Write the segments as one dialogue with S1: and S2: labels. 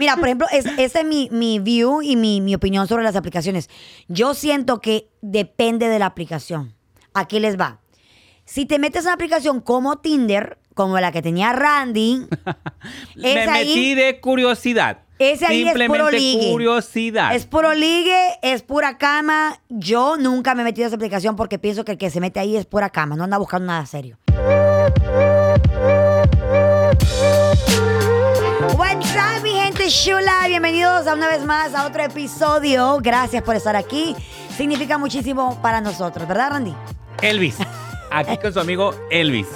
S1: Mira, por ejemplo, es, ese es mi, mi view y mi, mi opinión sobre las aplicaciones. Yo siento que depende de la aplicación. Aquí les va. Si te metes a una aplicación como Tinder, como la que tenía Randy, es
S2: Me
S1: ahí-
S2: metí de curiosidad.
S1: Ese ahí es
S2: Simplemente
S1: puro ligue.
S2: curiosidad.
S1: Es puro ligue, es pura cama. Yo nunca me he metido a esa aplicación porque pienso que el que se mete ahí es pura cama, no anda buscando nada serio. What's up, mi gente chula? Bienvenidos a una vez más a otro episodio. Gracias por estar aquí. Significa muchísimo para nosotros, ¿verdad, Randy?
S2: Elvis. Aquí con su amigo Elvis.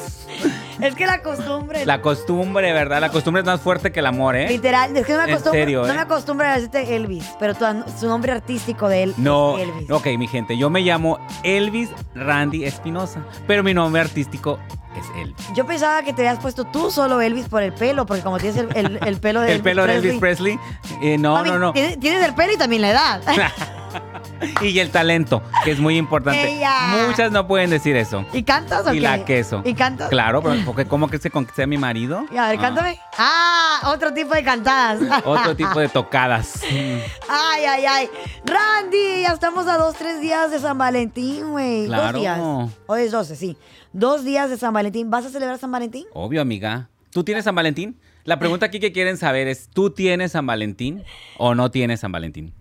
S1: Es que la costumbre.
S2: La costumbre, ¿verdad? La costumbre es más fuerte que el amor, ¿eh?
S1: Literal, es que no me
S2: En
S1: acostumbro,
S2: serio,
S1: no
S2: ¿eh?
S1: me acostumbro a decirte Elvis, pero tu, su nombre artístico de él
S2: No,
S1: es Elvis.
S2: ok, mi gente, yo me llamo Elvis Randy Espinosa, pero mi nombre artístico es Elvis.
S1: Yo pensaba que te habías puesto tú solo Elvis por el pelo, porque como tienes el, el- el pelo de
S2: El pelo de Elvis Presley, eh, no,
S1: Mami,
S2: no, no.
S1: Tienes, tienes el pelo y también la edad.
S2: Y el talento, que es muy importante.
S1: Ella.
S2: Muchas no pueden decir eso.
S1: ¿Y cantas o
S2: Y la
S1: qué?
S2: queso.
S1: ¿Y cantas?
S2: Claro, pero porque ¿cómo que se conquista mi marido?
S1: Y A ver,
S2: Ah,
S1: cántame. Ah, otro tipo de cantadas.
S2: Otro tipo de tocadas.
S1: Ay, ay, ay. Randy, ya estamos a dos, tres días de San Valentín, güey.
S2: Claro.
S1: Dos días. Hoy es 12, sí. Dos días de San Valentín. ¿Vas a celebrar San Valentín?
S2: Obvio, amiga. ¿Tú tienes San Valentín? La pregunta aquí que quieren saber es, ¿tú tienes San Valentín o no tienes San Valentín?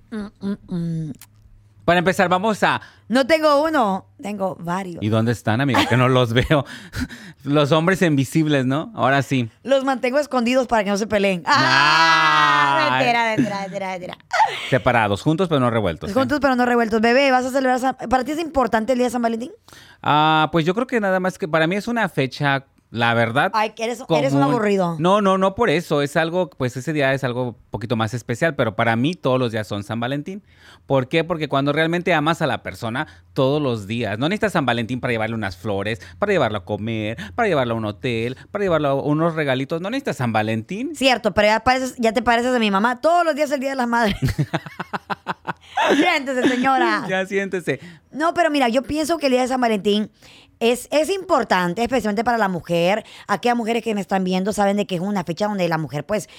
S2: Para empezar, vamos a...
S1: No tengo uno, tengo varios.
S2: ¿Y dónde están, amiga? Que no los veo. Los hombres invisibles, ¿no? Ahora sí.
S1: Los mantengo escondidos para que no se peleen. ¡Ah!
S2: Ay.
S1: Mentira, mentira, mentira, mentira.
S2: Separados, juntos pero no revueltos. ¿eh?
S1: Juntos pero no revueltos. Bebé, ¿vas a celebrar San- ¿Para ti es importante el día de San Valentín?
S2: Ah, pues yo creo que nada más que para mí es una fecha, la verdad.
S1: Ay, que eres- eres un aburrido.
S2: No, no, no por eso. Es algo, pues ese día es algo un poquito más especial, pero para mí todos los días son San Valentín. ¿Por qué? Porque cuando realmente amas a la persona, todos los días. No necesitas San Valentín para llevarle unas flores, para llevarlo a comer, para llevarlo a un hotel, para llevarlo a unos regalitos. No necesitas San Valentín.
S1: Cierto, pero ya, pareces- ya te pareces a mi mamá. Todos los días es el Día de las Madres. Siéntese, señora.
S2: Ya siéntese.
S1: No, pero mira, yo pienso que el día de San Valentín es, es importante, especialmente para la mujer. Aquellas mujeres que me están viendo saben de que es una fecha donde la mujer, pues,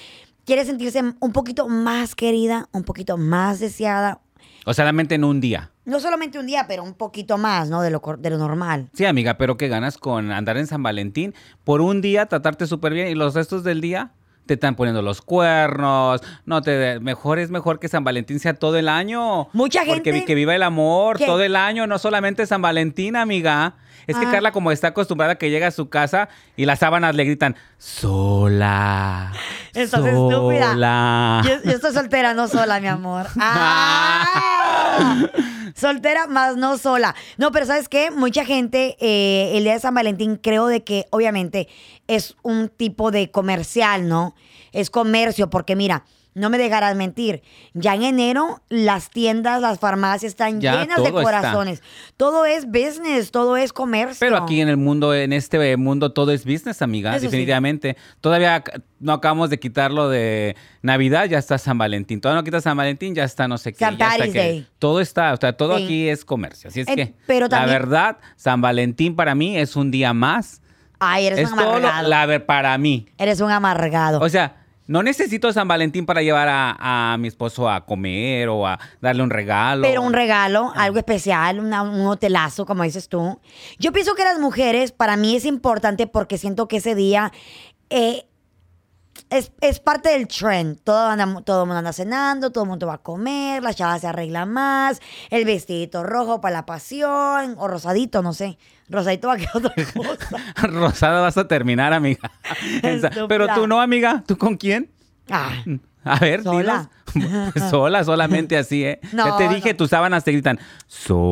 S1: quiere sentirse un poquito más querida, un poquito más deseada.
S2: O solamente en un día.
S1: No solamente un día, pero un poquito más, ¿no? De lo, cor- de lo normal.
S2: Sí, amiga, pero qué ganas con andar en San Valentín por un día, tratarte súper bien y los restos del día te están poniendo los cuernos. No, te mejor es mejor que San Valentín sea todo el año.
S1: Mucha
S2: Porque
S1: gente-
S2: vi- que viva el amor
S1: ¿Qué?
S2: todo el año, no solamente San Valentín, amiga. Es que
S1: Ah.
S2: Carla como está acostumbrada que llega a su casa y las sábanas le gritan sola.
S1: Estás estúpida.
S2: sola".
S1: Yo, yo estoy soltera, no sola, mi amor. ¡Ah! Soltera más no sola. No, pero ¿sabes qué? Mucha gente, eh, el día de San Valentín, creo de que obviamente es un tipo de comercial, ¿no? Es comercio, porque mira, no me dejarás mentir. Ya en enero, las tiendas, las farmacias están
S2: Ya
S1: llenas de
S2: todo está.
S1: corazones. Todo es business, todo es comercio.
S2: Pero aquí en el mundo, en este mundo, todo es business, amiga,
S1: Eso sí.
S2: definitivamente. Todavía ac- no acabamos de quitarlo de Navidad, ya está San Valentín. Todavía no quitas San Valentín, ya está no sé qué.
S1: San
S2: ya está
S1: Paddy's
S2: que-
S1: Day.
S2: Todo está, o sea, todo
S1: Sí.
S2: aquí es comercio. Así es
S1: En-
S2: que,
S1: pero también-
S2: la verdad, San Valentín para mí es un día más.
S1: Ay, eres
S2: es
S1: un
S2: todo lo-
S1: amargado.
S2: la ver- para mí.
S1: Eres un amargado.
S2: O sea, no necesito San Valentín para llevar a, a mi esposo a comer o a darle un regalo.
S1: Pero un regalo,
S2: Ah.
S1: algo especial, una- un hotelazo, como dices tú. Yo pienso que las mujeres, para mí es importante porque siento que ese día eh, es, es parte del trend. Todo, anda- todo el mundo anda cenando, todo el mundo va a comer, la chava se arregla más, el vestidito rojo para la pasión, o rosadito, no sé. Rosadito va a quedar otra cosa.
S2: Rosada vas a terminar, amiga.
S1: Estúpida.
S2: Pero tú no, amiga. ¿Tú con quién?
S1: Ah,
S2: A ver,
S1: Sola.
S2: dinos. sola, solamente así, ¿eh?
S1: No,
S2: ya te dije,
S1: no.
S2: tus sábanas te gritan,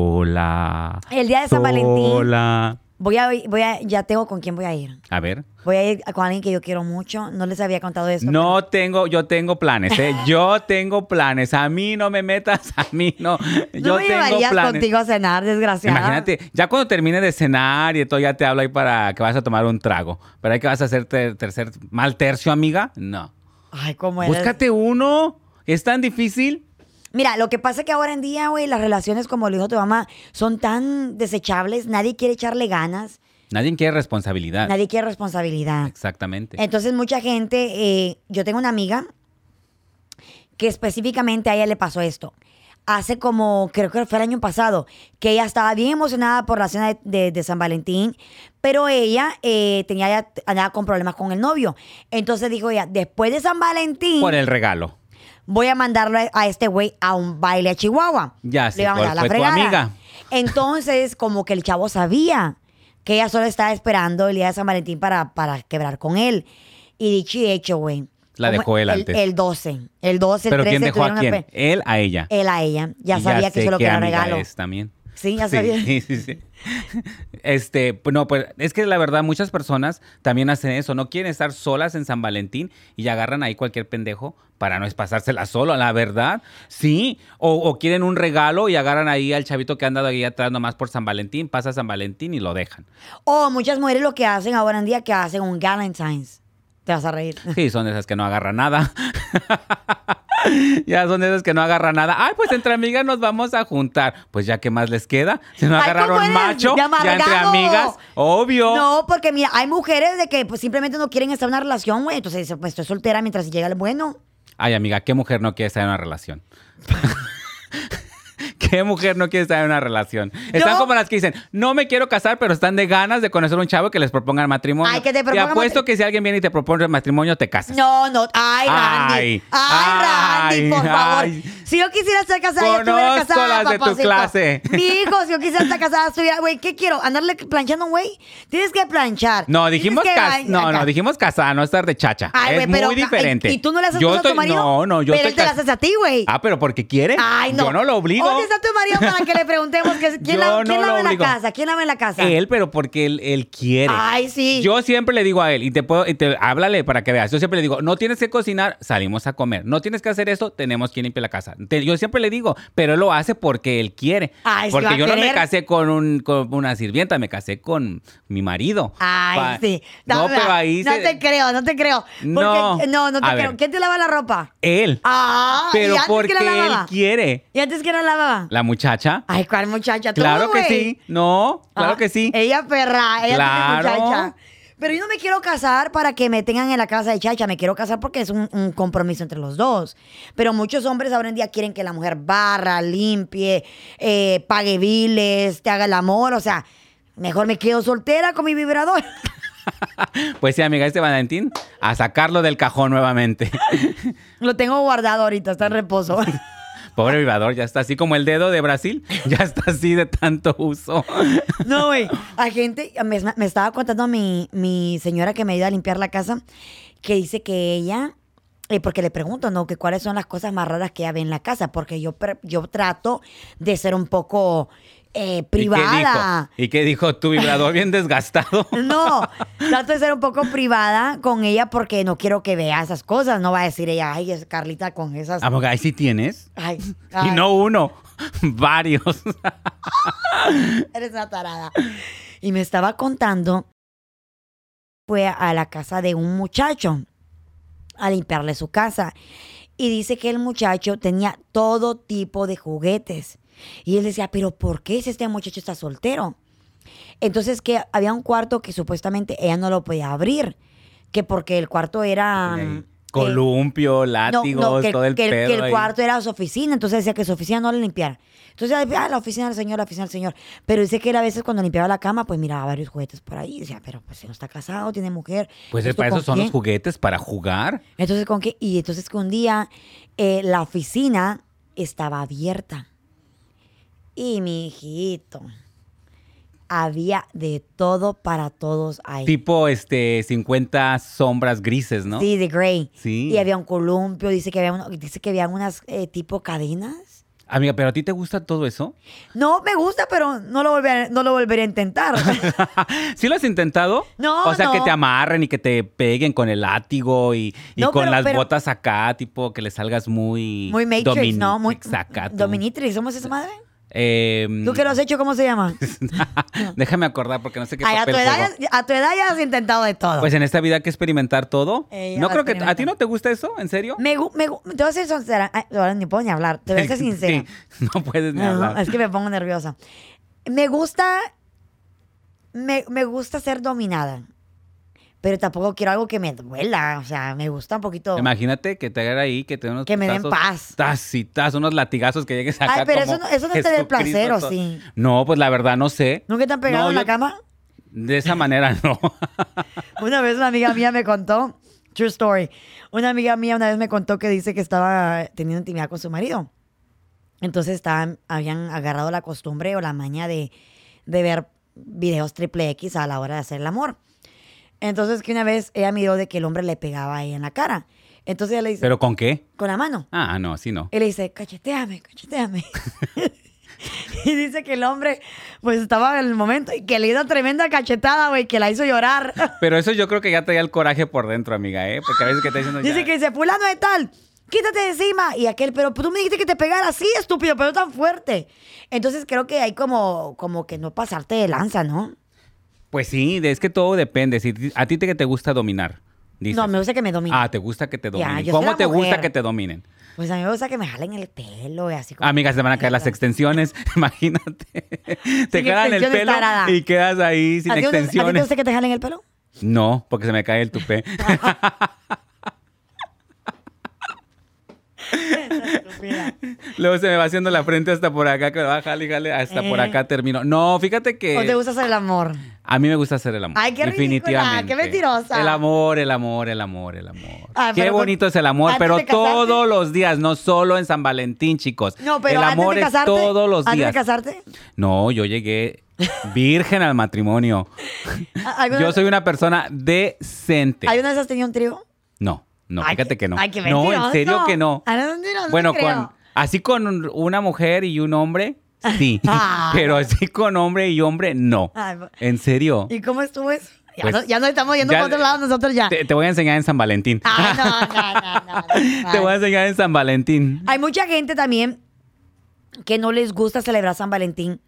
S2: sola.
S1: El día de San Valentín.
S2: Sola.
S1: voy a, voy a, ya tengo con quién voy a ir.
S2: A ver.
S1: Voy a ir con alguien que yo quiero mucho. No les había contado esto.
S2: No tengo, yo tengo planes, ¿eh? Yo tengo planes. A mí no me metas, a mí no.
S1: No
S2: Yo
S1: me
S2: tengo
S1: llevarías
S2: planes.
S1: contigo a cenar, desgraciada.
S2: Imagínate, ya cuando termine de cenar y todo, ya te hablo ahí para que vas a tomar un trago. Pero ahí que vas a hacer ter- tercer, mal tercio, amiga. No.
S1: Ay, cómo eres.
S2: Búscate uno. ¿Es tan difícil?
S1: Mira, lo que pasa es que ahora en día, güey, las relaciones, como lo dijo tu mamá, son tan desechables. Nadie quiere echarle ganas.
S2: Nadie quiere responsabilidad.
S1: Nadie quiere responsabilidad.
S2: Exactamente.
S1: Entonces, mucha gente... eh, yo tengo una amiga que específicamente a ella le pasó esto. Hace como, creo que fue el año pasado, que ella estaba bien emocionada por la cena de, de- de San Valentín, pero ella eh, tenía ya, andaba con problemas con el novio. Entonces dijo ella, después de San Valentín,
S2: Por el regalo.
S1: voy a mandarlo a, a este güey a un baile a Chihuahua.
S2: Ya sé
S1: Le iban a
S2: cuál
S1: dar la
S2: fue tu
S1: fregada.
S2: amiga.
S1: Entonces, como que el chavo sabía que ella solo estaba esperando el día de San Valentín para, para quebrar con él. Y dicho y hecho, güey.
S2: La
S1: Como
S2: dejó él
S1: el,
S2: antes.
S1: El 12. El 12, el
S2: Pero
S1: 13.
S2: ¿quién dejó a
S1: tuvieron una
S2: quién? Él a ella.
S1: pe- Él a ella. Ya
S2: Y
S1: sabía que
S2: sé
S1: solo
S2: qué
S1: quería
S2: amiga
S1: regalo.
S2: es también.
S1: Sí, ya sabía.
S2: Sí, sí, sí. Este, pues, no, pues es que la verdad muchas personas también hacen eso, no quieren estar solas en San Valentín y agarran ahí cualquier pendejo para no es pasársela solo, la verdad. Sí, o, o quieren un regalo y agarran ahí al chavito que han dado ahí atrás nomás por San Valentín, pasa San Valentín y lo dejan.
S1: O Oh, muchas mujeres lo que hacen ahora en día que hacen un Valentine's. Te vas a reír.
S2: Sí, son de esas que no agarran nada. ya son de esas que no agarran nada. Ay, pues entre amigas nos vamos a juntar. Pues ya, ¿qué más les queda? Si no
S1: Ay,
S2: agarraron
S1: ¿cómo eres?
S2: macho,
S1: De
S2: ya entre
S1: amargado.
S2: amigas, obvio.
S1: No, porque mira, hay mujeres de que pues, simplemente no quieren estar en una relación, güey. Entonces dice, pues estoy soltera mientras llega el bueno.
S2: Ay, amiga, ¿qué mujer no quiere estar en una relación? ¿Qué mujer no quiere estar en una relación? Están
S1: Yo-
S2: como las que dicen, no me quiero casar, pero están de ganas de conocer a un chavo que les proponga matrimonio.
S1: Ay, que te proponga
S2: apuesto
S1: matri-
S2: que si alguien viene y te propone matrimonio, te casas.
S1: No, no. Ay, Randy.
S2: Ay,
S1: Ay,
S2: ay,
S1: Randy, por favor.
S2: ay.
S1: Si yo quisiera estar casada, yo estuviera
S2: Conozco
S1: casada,
S2: las de tu
S1: papacito.
S2: clase.
S1: Mijo, si yo quisiera estar casada, estuviera... Güey, ¿qué quiero? ¿Andarle planchando, güey? Tienes que planchar.
S2: No,
S1: Tienes
S2: dijimos
S1: que
S2: cas-
S1: bañar
S2: no,
S1: acá.
S2: no, dijimos casada, no estar de chacha.
S1: Ay,
S2: es
S1: güey, pero...
S2: muy diferente.
S1: ¿Y, y tú no le haces
S2: Yo
S1: cosas a tu
S2: estoy-
S1: marido?
S2: No, no, yo
S1: Pero
S2: estoy
S1: él te las
S2: cas-
S1: haces a ti, güey.
S2: Ah, pero porque quiere.
S1: Ay, no.
S2: Yo no lo obligo.
S1: ¿Dónde está tu marido para que le preguntemos que- quién, la,
S2: Yo
S1: quién
S2: no
S1: la
S2: lo
S1: ve en la
S2: obligo.
S1: casa? ¿Quién la ve en la casa?
S2: Él, pero porque él, él quiere.
S1: Ay, sí.
S2: Yo siempre le digo a él, y te puedo, y te- háblale para que veas. Yo siempre le digo, no tienes que cocinar, salimos a comer. No tienes que hacer esto, tenemos quien limpie la casa. Te- yo siempre le digo, pero él lo hace porque él quiere.
S1: Ay, sí va
S2: porque
S1: a
S2: yo no me
S1: querer.
S2: casé con, un- con una sirvienta, me casé con mi marido.
S1: Ay,
S2: Pa-
S1: sí.
S2: No, pero ahí
S1: no
S2: se-
S1: te creo, no te creo. Porque-
S2: No.
S1: no, no te
S2: A
S1: creo.
S2: ver.
S1: ¿Quién te lava la ropa?
S2: Él.
S1: Ah,
S2: pero
S1: ¿y antes
S2: porque
S1: que la
S2: él
S1: lavaba?
S2: quiere.
S1: ¿Y antes que la lavaba?
S2: La muchacha.
S1: Ay, ¿cuál muchacha? ¿Tú,
S2: claro que
S1: güey?
S2: sí. No, claro
S1: Ah,
S2: que sí.
S1: Ella perra, ella
S2: Claro.
S1: tiene muchacha. Pero yo no me quiero casar para que me tengan en la casa de chacha. Me quiero casar porque es un, un compromiso entre los dos. Pero muchos hombres ahora en día quieren que la mujer barra, limpie, eh, pague biles, te haga el amor. O sea, mejor me quedo soltera con mi vibrador.
S2: Pues sí, amiga, este Valentín, a sacarlo del cajón nuevamente.
S1: Lo tengo guardado ahorita, está en
S2: Mm.
S1: reposo.
S2: Pobre vibrador, ya está así como el dedo de Brasil, ya está así de tanto uso.
S1: No, güey. Hay gente, me, me estaba contando mi, mi señora que me ayuda a limpiar la casa, que dice que ella, eh, porque le pregunto, ¿no? Que cuáles son las cosas más raras que ella ve en la casa, porque yo, pre- yo trato de ser un poco eh, privada.
S2: ¿Y qué dijo? ¿Y qué dijo? Tu vibrador bien desgastado.
S1: No, trato de ser un poco privada con ella porque no quiero que vea esas cosas. No va a decir ella, ay, es Carlita con esas.
S2: Amiga, ahí sí tienes.
S1: Ay,
S2: Ah, Y
S1: ay,
S2: no uno, varios.
S1: eres una tarada. Y me estaba contando, fue a la casa de un muchacho a limpiarle su casa. Y dice que el muchacho tenía todo tipo de juguetes. Y él decía, pero ¿por qué si este muchacho está soltero? Entonces que había un cuarto que supuestamente ella no lo podía abrir, que porque el cuarto era... eh,
S2: Columpio,
S1: no,
S2: látigos,
S1: no, que,
S2: todo el
S1: que el,
S2: pedo.
S1: que el
S2: ahí.
S1: cuarto era su oficina, entonces decía que su oficina no la limpiara. Entonces, ah, la oficina del señor, la oficina del señor. Pero dice que él a veces cuando limpiaba la cama, pues miraba varios juguetes por ahí. Y decía, pero pues si no está casado, tiene mujer.
S2: Pues
S1: ¿esto
S2: para eso
S1: con
S2: son los
S1: quién?
S2: juguetes, para jugar.
S1: Entonces, ¿con qué? Y entonces que un día eh, la oficina estaba abierta. Y mi hijito, había de todo para todos ahí.
S2: Tipo, este, 50 sombras grises, ¿no?
S1: Sí, de Grey.
S2: Sí.
S1: Y había un columpio, dice que había, uno- dice que había unas eh, tipo cadenas.
S2: Amiga, ¿pero a ti te gusta todo eso?
S1: No, me gusta, pero no lo volveré, no lo volveré a intentar.
S2: ¿Sí lo has intentado?
S1: No,
S2: O sea, que
S1: no.
S2: te amarren y que te peguen con el látigo y, y
S1: No,
S2: con
S1: pero-
S2: las
S1: pero-
S2: botas acá, tipo que le salgas muy...
S1: Muy Matrix,
S2: domin-
S1: ¿no? Muy
S2: acá, tú.
S1: Dominitrix, ¿cómo es esa madre?
S2: Eh,
S1: ¿Tú que lo has hecho? ¿Cómo se llama?
S2: Déjame acordar porque no sé qué
S1: Ay, a, tu
S2: papel
S1: edad,
S2: juego.
S1: ya- a tu edad ya has intentado de todo.
S2: Pues en esta vida hay que experimentar todo.
S1: Ella
S2: no
S1: va
S2: creo que... ¿A ti
S1: experimentando.
S2: no te gusta eso? ¿En serio?
S1: me, gu- me gu- te voy a ser sincera. Ay, ahora ni puedo ni hablar. Te voy a ser sincera.
S2: Sí, no puedes ni
S1: No, no,
S2: hablar.
S1: es que me pongo nerviosa. Me gusta. Me, me gusta ser dominada. pero tampoco quiero algo que me duela. O sea, me gusta un poquito.
S2: Imagínate que te hagan ahí, que te den unos
S1: Que me den paz.
S2: Tacitas, unos latigazos que llegues acá
S1: Ay, pero eso
S2: como
S1: no- eso no te da el
S2: Jesucristo,
S1: placer, ¿o
S2: todo.
S1: sí?
S2: No, pues la verdad no sé.
S1: ¿Nunca te han pegado
S2: No,
S1: en la
S2: yo-
S1: cama?
S2: De esa manera no.
S1: Una vez una amiga mía me contó, true story, una amiga mía una vez me contó que dice que estaba teniendo intimidad con su marido. Entonces estaban, habían agarrado la costumbre o la maña de, de ver videos triple X a la hora de hacer el amor. Entonces que una vez ella miró de que el hombre le pegaba ahí en la cara. Entonces ella le dice,
S2: ¿Pero con qué?
S1: con la mano.
S2: Ah, no, así no.
S1: Él le dice, cacheteame, cacheteame. y dice que el hombre, pues estaba en el momento y que le dio una tremenda cachetada, güey, que la hizo llorar.
S2: Pero eso yo creo que ya traía el coraje por dentro, amiga, ¿eh? Porque a veces que te diciendo.
S1: dice
S2: ya-
S1: que dice, fulano de tal, quítate de encima. Y aquel, pero tú me dijiste que te pegara así, estúpido, pero tan fuerte. Entonces creo que hay como, como que no pasarte de lanza, ¿no?
S2: Pues sí, de- es que todo depende. Si ti- a ti te, que te gusta dominar, dices.
S1: No, me gusta que me dominen.
S2: Ah, te gusta que te dominen.
S1: yo soy
S2: ¿Cómo
S1: la
S2: te gusta
S1: mujer.
S2: que te dominen?
S1: Pues a mí me gusta que me jalen el pelo y así como.
S2: Amigas, se van a caer las extensiones, imagínate. Te jalan el
S1: extensiones,
S2: pelo
S1: tarada.
S2: y quedas ahí sin
S1: ¿A ti no- ¿A ti te
S2: extensiones.
S1: gusta que te jalen el pelo?
S2: No, porque se me cae el tupé. Luego se me va haciendo la frente hasta por acá, que me va a jalar y jale, hasta por
S1: Eh.
S2: acá termino. No, fíjate
S1: ¿O te
S2: que
S1: gusta hacer el amor?
S2: a mí me gusta hacer el amor.
S1: Ay, qué ridícula,
S2: definitivamente.
S1: qué mentirosa.
S2: El amor, el amor, el amor, el amor.
S1: Ay,
S2: qué
S1: pero con-
S2: bonito es el amor,
S1: antes
S2: pero
S1: de casarte-
S2: todos los días, no solo en San Valentín, chicos.
S1: No, pero
S2: el amor
S1: antes de casarte.
S2: es todos los
S1: Antes de
S2: días.
S1: casarte.
S2: No, yo llegué virgen al matrimonio.
S1: ¿a- alguna
S2: Yo
S1: vez-
S2: soy una persona decente.
S1: ¿Alguna vez has tenido un trío?
S2: No, no,
S1: Ay,
S2: fíjate que no.
S1: Ay, qué
S2: no, en serio
S1: mentiroso.
S2: que no.
S1: Ay, no, no, no
S2: bueno,
S1: te
S2: con
S1: creo.
S2: así con un- una mujer y un hombre, sí.
S1: Ah.
S2: Pero así con hombre y hombre, no.
S1: Ay,
S2: En serio.
S1: ¿Y cómo estuvo eso? Ya,
S2: Pues,
S1: no, ya nos estamos yendo
S2: ya-
S1: para otro lado nosotros ya.
S2: Te, te voy a enseñar en San Valentín.
S1: Ah, no, no, no, no, no.
S2: Te voy a enseñar en San Valentín.
S1: Hay mucha gente también que no les gusta celebrar San Valentín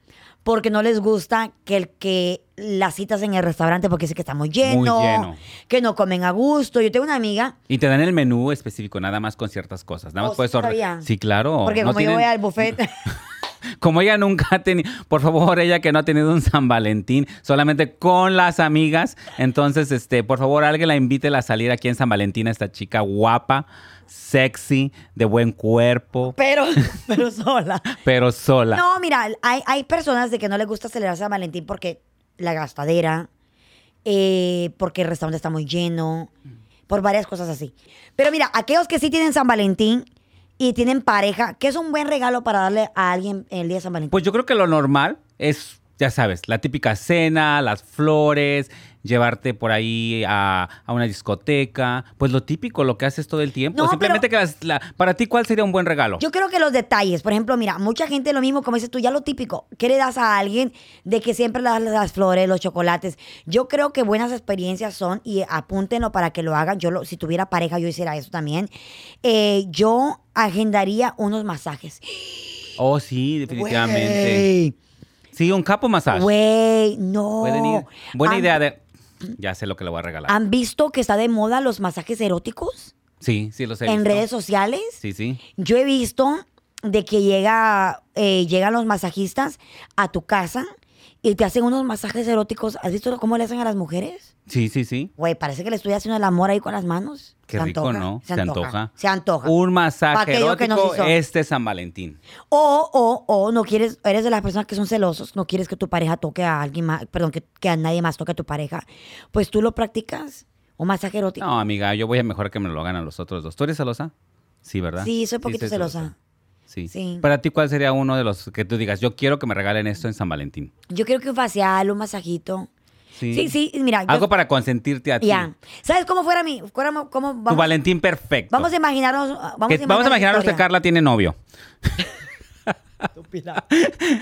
S1: porque no les gusta que el que las citas en el restaurante porque sí que está muy lleno,
S2: lleno.
S1: que no comen a gusto. Yo tengo una amiga
S2: Y te dan el menú específico, nada más con ciertas cosas. Nada más
S1: Oh,
S2: puedes
S1: sí
S2: orde-
S1: sabía.
S2: Sí, claro.
S1: porque
S2: no
S1: como yo
S2: tienen-
S1: voy al buffet,
S2: Como ella nunca ha tenido, por favor, ella que no ha tenido un San Valentín, solamente con las amigas. Entonces, este, por favor, alguien la invite a salir aquí en San Valentín, a esta chica guapa, sexy, de buen cuerpo,
S1: pero pero sola.
S2: pero sola.
S1: No, mira, hay, hay personas de que no les gusta celebrar San Valentín porque la gastadera, eh, porque el restaurante está muy lleno, por varias cosas así. Pero mira, aquellos que sí tienen San Valentín y tienen pareja, ¿qué es un buen regalo para darle a alguien el día de San Valentín?
S2: Pues yo creo que lo normal es, ya sabes, la típica cena, las flores, llevarte por ahí a, a una discoteca, pues lo típico, lo que haces todo el tiempo.
S1: No,
S2: Simplemente que las- la- para ti, ¿cuál sería un buen regalo?
S1: Yo creo que los detalles, por ejemplo, mira, mucha gente lo mismo, como dices tú, ya lo típico, ¿qué le das a alguien de que siempre le das las flores, los chocolates? Yo creo que buenas experiencias son, y apúntenlo para que lo hagan, yo lo- si tuviera pareja yo hiciera eso también, Eh, yo agendaría unos masajes.
S2: Oh, sí,
S1: Güey,
S2: definitivamente. Sí, un capo masaje.
S1: Güey, no.
S2: Ah. Pueden ir. Buena
S1: ¿Han-
S2: idea de. Ya sé lo que le voy a regalar.
S1: ¿Han visto que está de moda los masajes eróticos
S2: sí, sí, lo sé.
S1: en redes sociales?
S2: Sí, sí.
S1: Yo he visto de que llega, eh, llegan los masajistas a tu casa y te hacen unos masajes eróticos. ¿Has visto cómo le hacen a las mujeres?
S2: Sí, sí, sí.
S1: Güey, parece que le estoy haciendo el amor ahí con las manos.
S2: Qué rico, ¿no?
S1: Se antoja. Se antoja.
S2: Un
S1: Pa'
S2: masaje
S1: aquello que nos
S2: erótico
S1: hizo.
S2: este San Valentín.
S1: O, o, o, no quieres, eres de las personas que son celosos, no quieres que tu pareja toque a alguien más, perdón, que, que a nadie más toque a tu pareja. Pues tú lo practicas. Un masaje erótico.
S2: No, amiga, yo voy a mejor que me lo hagan a los otros dos. ¿Tú eres celosa? Sí, ¿verdad?
S1: Sí, soy poquito celosa.
S2: Sí.
S1: Sí.
S2: Para ti, ¿cuál sería uno de los que tú digas, yo quiero que me regalen esto en San Valentín?
S1: Yo creo que un facial, un masajito. Sí, sí, mira. yo-
S2: Algo para consentirte a ti.
S1: Ya. ¿Sabes cómo fuera mi, fuera mo- cómo
S2: Tu
S1: vamos,
S2: Valentín perfecto.
S1: vamos a imaginarnos, vamos,
S2: Que-
S1: a
S2: vamos a imaginarnos
S1: la
S2: que Carla tiene novio.
S1: historia.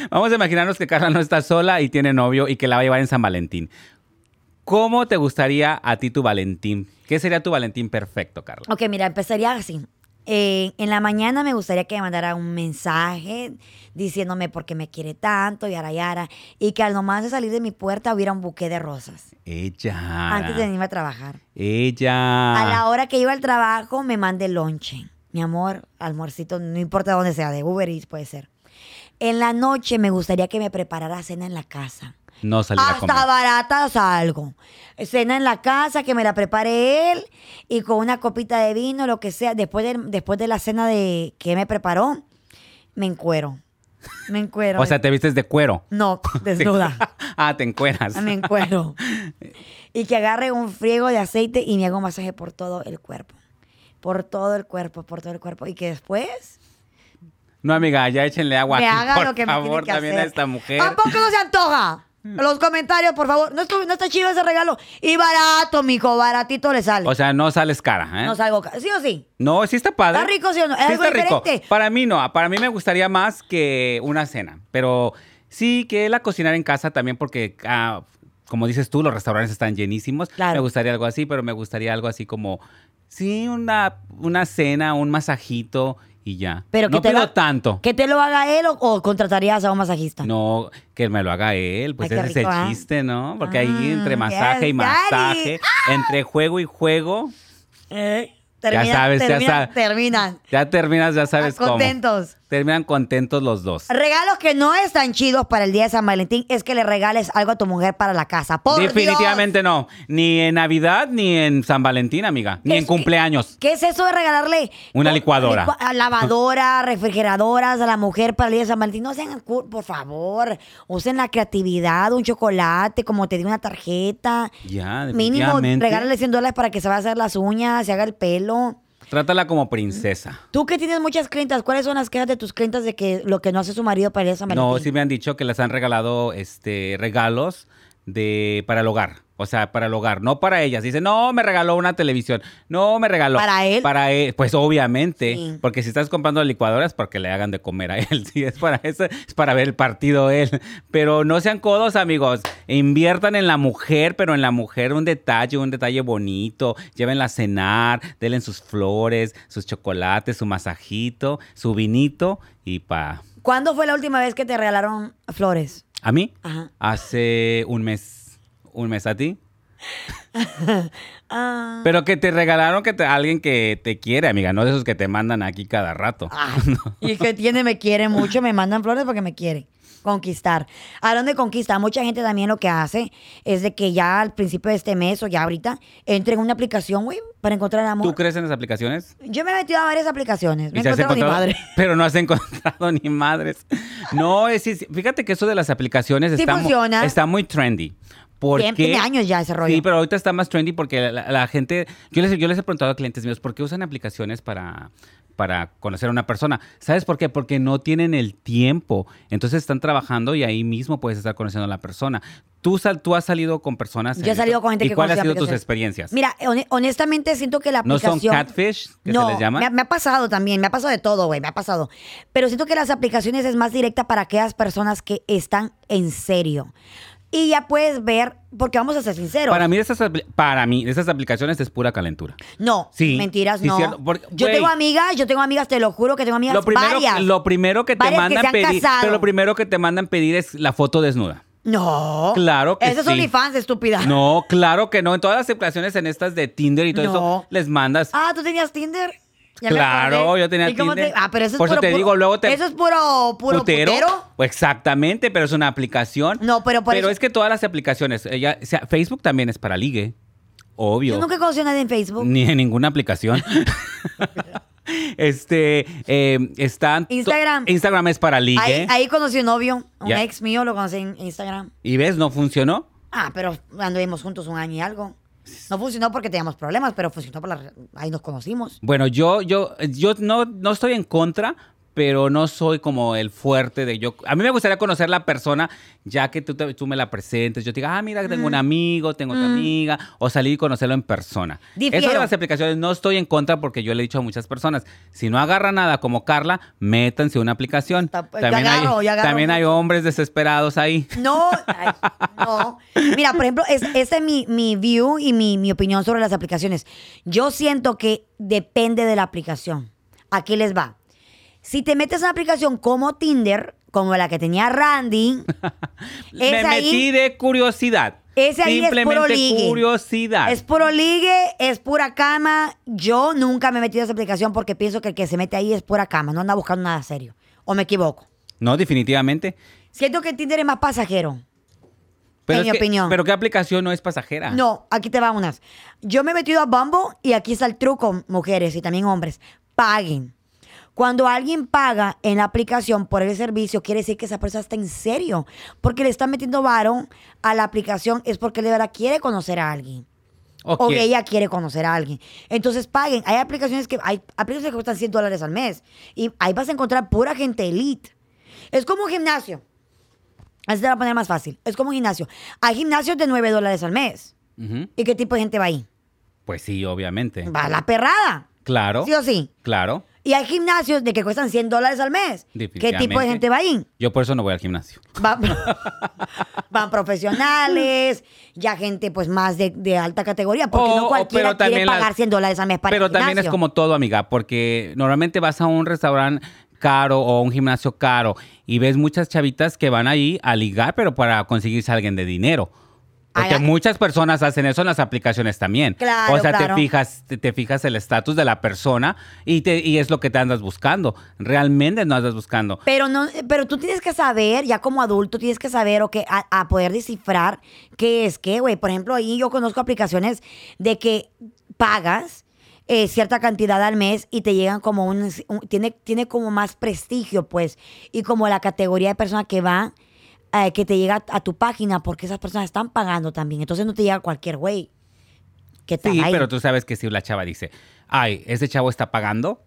S2: Vamos a imaginarnos que Carla no está sola y tiene novio y que la va a llevar en San Valentín. ¿Cómo te gustaría a ti tu Valentín? ¿Qué sería tu Valentín perfecto, Carla?
S1: Ok, mira, empezaría así. Eh, en la mañana me gustaría que me mandara un mensaje diciéndome por qué me quiere tanto, yara yara, y que al nomás de salir de mi puerta hubiera un buque de rosas
S2: Ella.
S1: antes de venirme a trabajar.
S2: Ella.
S1: A la hora que iba al trabajo me mande lonche. Mi amor, almorcito, no importa dónde sea, de Uber Eats puede ser. En la noche me gustaría que me preparara cena en la casa.
S2: No salir a comer.
S1: Hasta barata salgo. Cena en la casa, que me la prepare él y con una copita de vino, lo que sea. Después de, después de la cena de que me preparó, me encuero. Me encuero.
S2: O sea, te vistes de cuero.
S1: no, desnuda.
S2: ah, te encueras.
S1: Me encuero. Y que agarre un friego de aceite y me haga un masaje por todo el cuerpo. Por todo el cuerpo, por todo el cuerpo. Y que después
S2: No, amiga, ya échenle agua
S1: me
S2: aquí,
S1: haga
S2: por
S1: lo que me tiene
S2: favor,
S1: que
S2: también
S1: hacer. Ah,
S2: a esta mujer.
S1: ¿A poco no se antoja? Los comentarios, por favor. No, estu- no está chido ese regalo. Y barato, mijo, baratito le sale.
S2: O sea, no sales cara, ¿eh?
S1: no salgo. ca- ¿Sí o sí?
S2: No, sí está padre.
S1: ¿Está rico, sí o no? Es algo
S2: está rico.
S1: diferente.
S2: Para mí no, para mí me gustaría más que una cena, pero sí que la cocinar en casa también porque... ah, como dices tú, los restaurantes están llenísimos.
S1: Claro.
S2: Me gustaría algo así, pero me gustaría algo así como, sí, una, una cena, un masajito y ya.
S1: Pero
S2: no
S1: que te
S2: pido
S1: lo-
S2: tanto.
S1: ¿Que te lo haga él o, o contratarías a un masajista?
S2: No, que me lo haga él, pues
S1: Ay, qué
S2: ese es el
S1: rico, ¿ah?
S2: chiste, ¿no? Porque
S1: Mm,
S2: ahí entre masaje y
S1: yes,
S2: masaje,
S1: daddy. ¡Ah!
S2: entre juego y juego,
S1: Eh, termina-
S2: Ya sabes, ya
S1: termina-
S2: sabes.
S1: Terminan.
S2: ya terminas, ya sabes
S1: Ah,
S2: cómo.
S1: contentos.
S2: Terminan contentos los dos.
S1: Regalos que no están chidos para el día de San Valentín es que le regales algo a tu mujer para la casa. Por Dios.
S2: Definitivamente no. Ni en Navidad, ni en San Valentín, amiga. Ni
S1: Es
S2: en
S1: que-
S2: cumpleaños.
S1: ¿Qué es eso de regalarle?
S2: Una
S1: to-
S2: licuadora.
S1: licua- a lavadora, refrigeradoras a la mujer para el día de San Valentín. No sean, cur- por favor, usen la creatividad, un chocolate, como te di una tarjeta.
S2: Ya,
S1: Mínimo,
S2: definitivamente.
S1: regálale 100 dólares para que se vaya a hacer las uñas, se haga el pelo.
S2: Trátala como princesa.
S1: Tú que tienes muchas clientas, ¿cuáles son las quejas de tus clientas de que lo que no hace su marido para el día de San Valentín?
S2: No, sí me han dicho que les han regalado este regalos de para el hogar. O sea, para el hogar, no para ellas. Dicen, no, me regaló una televisión. No, me regaló.
S1: ¿Para él?
S2: Para él. Pues obviamente.
S1: Sí.
S2: Porque si estás comprando licuadoras, porque le hagan de comer a él. Sí, es para eso, es para ver el partido él. Pero no sean codos, amigos. Inviertan en la mujer, pero en la mujer un detalle, un detalle bonito. Llévenla a cenar, denle sus flores, sus chocolates, su masajito, su vinito y pa.
S1: ¿Cuándo fue la última vez que te regalaron flores?
S2: ¿A mí?
S1: Ajá.
S2: Hace un mes. ¿Un mes a ti?
S1: Ah.
S2: Pero que te regalaron que te- alguien que te quiere, amiga, no de esos que te mandan aquí cada rato.
S1: Ah, Y que tiene, me quiere mucho, me mandan flores porque me quiere. Conquistar. Hablando de conquista, mucha gente también lo que hace es de que ya al principio de este mes o ya ahorita entre en una aplicación, güey, para encontrar amor.
S2: ¿Tú crees en las aplicaciones?
S1: Yo me he metido a varias aplicaciones. Me he
S2: ¿Y se has
S1: encontrado con mi
S2: encontrado?
S1: madre.
S2: Pero no has encontrado ni madres. No, es, es- fíjate que eso de las aplicaciones
S1: Sí
S2: está, mu-
S1: funciona.
S2: está muy trendy. Porque,
S1: Tiene- tiene años ya ese rollo.
S2: Sí, pero ahorita está más trendy porque la, la gente. Yo les, yo les he preguntado a clientes míos por qué usan aplicaciones para, para conocer a una persona. ¿Sabes por qué? Porque no tienen el tiempo. Entonces están trabajando y ahí mismo puedes estar conociendo a la persona. Tú, sal, tú has salido con personas.
S1: Yo
S2: en
S1: he salido
S2: esto,
S1: con gente
S2: ¿Y
S1: que
S2: cuáles han
S1: conocí
S2: sido
S1: en
S2: tus
S1: aplicaciones.
S2: experiencias?
S1: Mira, hone- honestamente siento que la
S2: ¿No
S1: aplicación.
S2: son catfish? Que
S1: no,
S2: se les llama.
S1: Me, ha- me ha pasado también, me ha pasado de todo, güey, me ha pasado. Pero siento que las aplicaciones es más directa para aquellas personas que están en serio. Y ya puedes ver, porque vamos a ser sinceros.
S2: Para mí, esas, apli- para mí, esas aplicaciones es pura calentura.
S1: No,
S2: Sí,
S1: mentiras,
S2: sí,
S1: no.
S2: cierto, porque,
S1: yo
S2: güey.
S1: tengo amigas, yo tengo amigas, te lo juro que tengo amigas
S2: lo primero,
S1: varias.
S2: lo primero que te
S1: Varias que
S2: mandan
S1: se han
S2: pedir,
S1: casado.
S2: pero lo primero que te mandan pedir es la foto desnuda.
S1: No.
S2: Claro que
S1: Esos son
S2: sí.
S1: mis fans, estúpida.
S2: No, claro que no. En todas las aplicaciones, en estas de Tinder y todo
S1: No.
S2: eso, les mandas.
S1: Ah, ¿tú tenías Tinder? Ya me
S2: Claro,
S1: acordé.
S2: yo tenía
S1: ¿Y cómo te-
S2: Tinder.
S1: Ah, pero eso es
S2: Por eso
S1: puro,
S2: te
S1: puro-
S2: digo, luego te-
S1: Eso es puro, puro putero.
S2: O Exactamente, pero es una aplicación.
S1: No, pero por
S2: Pero
S1: eso-
S2: es que todas las aplicaciones, ella, o sea, Facebook también es para ligue, obvio.
S1: Yo nunca conocí a nadie en Facebook.
S2: Ni en ninguna aplicación. este, eh, están. to-
S1: Instagram.
S2: Instagram es para ligue.
S1: Ahí, ahí conocí un novio, un
S2: Ya.
S1: ex mío, lo conocí en Instagram.
S2: Y ves, no funcionó.
S1: Ah, pero anduvimos juntos un año y algo. No funcionó porque teníamos problemas, pero funcionó por la... Ahí nos conocimos.
S2: Bueno, yo, yo, yo no, no estoy en contra, pero no soy como el fuerte de yo. A mí me gustaría conocer la persona, ya que tú, te- tú me la presentes. Yo te diga, ah, mira, tengo un
S1: Mm.
S2: amigo, tengo otra amiga, o salir y conocerlo en persona. Eso de
S1: Difiero.
S2: las aplicaciones no estoy en contra porque yo le he dicho a muchas personas, si no agarra nada como Carla, métanse a una aplicación.
S1: Ta- yo
S2: También,
S1: agarro,
S2: hay,
S1: yo agarro
S2: también hay hombres desesperados ahí.
S1: No, ay, no. Mira, por ejemplo, es, ese es mi, mi view y mi, mi opinión sobre las aplicaciones. Yo siento que depende de la aplicación. Aquí les va. Si te metes a una aplicación como Tinder, como la que tenía Randy,
S2: me
S1: es
S2: metí
S1: ahí,
S2: de curiosidad.
S1: ese ahí es
S2: Simplemente
S1: puro ligue.
S2: curiosidad.
S1: es puro ligue, es pura cama. Yo nunca me he metido a esa aplicación porque pienso que el que se mete ahí es pura cama, no anda buscando nada serio. O me equivoco.
S2: No, definitivamente.
S1: Siento que Tinder es más pasajero.
S2: Pero
S1: En
S2: es
S1: mi
S2: que-
S1: opinión.
S2: Pero qué aplicación no es pasajera.
S1: No, aquí te va unas. Yo me he metido a Bumble y aquí está el truco, mujeres y también hombres. Paguen. Cuando alguien paga en la aplicación por el servicio, quiere decir que esa persona está en serio. Porque le está metiendo varón a la aplicación es porque de verdad quiere conocer a alguien.
S2: Ok.
S1: O que ella quiere conocer a alguien. Entonces paguen. Hay aplicaciones que hay aplicaciones que cuestan 100 dólares al mes. Y ahí vas a encontrar pura gente elite. Es como un gimnasio. Así te va a poner más fácil. Es como un gimnasio. Hay gimnasios de 9 dólares al mes.
S2: Ujú.
S1: ¿Y qué tipo de gente va ahí?
S2: Pues sí, obviamente.
S1: Va a la perrada.
S2: Claro.
S1: Sí o sí.
S2: Claro.
S1: Y hay gimnasios de que cuestan 100 dólares al mes. ¿Qué tipo de
S2: Definitivamente.
S1: gente va ahí?
S2: Yo por eso no voy al gimnasio.
S1: Va- van profesionales, ya gente pues más de, de alta categoría, porque
S2: Oh,
S1: no
S2: oh,
S1: cualquiera
S2: pero
S1: quiere
S2: también las-
S1: pagar 100 dólares al mes para
S2: Pero
S1: el
S2: también es
S1: gimnasio.
S2: como todo, amiga, porque normalmente vas a un restaurante caro o a un gimnasio caro y ves muchas chavitas que van ahí a ligar, pero para conseguirse a alguien de dinero. Porque
S1: Ay, ay.
S2: muchas personas hacen eso en las aplicaciones también.
S1: Claro,
S2: o sea,
S1: claro.
S2: te fijas, te, te fijas el estatus de la persona y te, y es lo que te andas buscando. Realmente no andas buscando.
S1: Pero no, pero tú tienes que saber, ya como adulto, tienes que saber o que a, a poder descifrar qué es qué, güey. Por ejemplo, ahí yo conozco aplicaciones de que pagas eh, cierta cantidad al mes y te llegan como un, un- tiene, tiene como más prestigio, pues, y como la categoría de persona que va, eh, que te llega a tu página, porque esas personas están pagando también. Entonces no te llega cualquier güey. ¿Qué tal?
S2: Sí,
S1: ahí?
S2: pero tú sabes que si la chava dice, ay, ese chavo está pagando,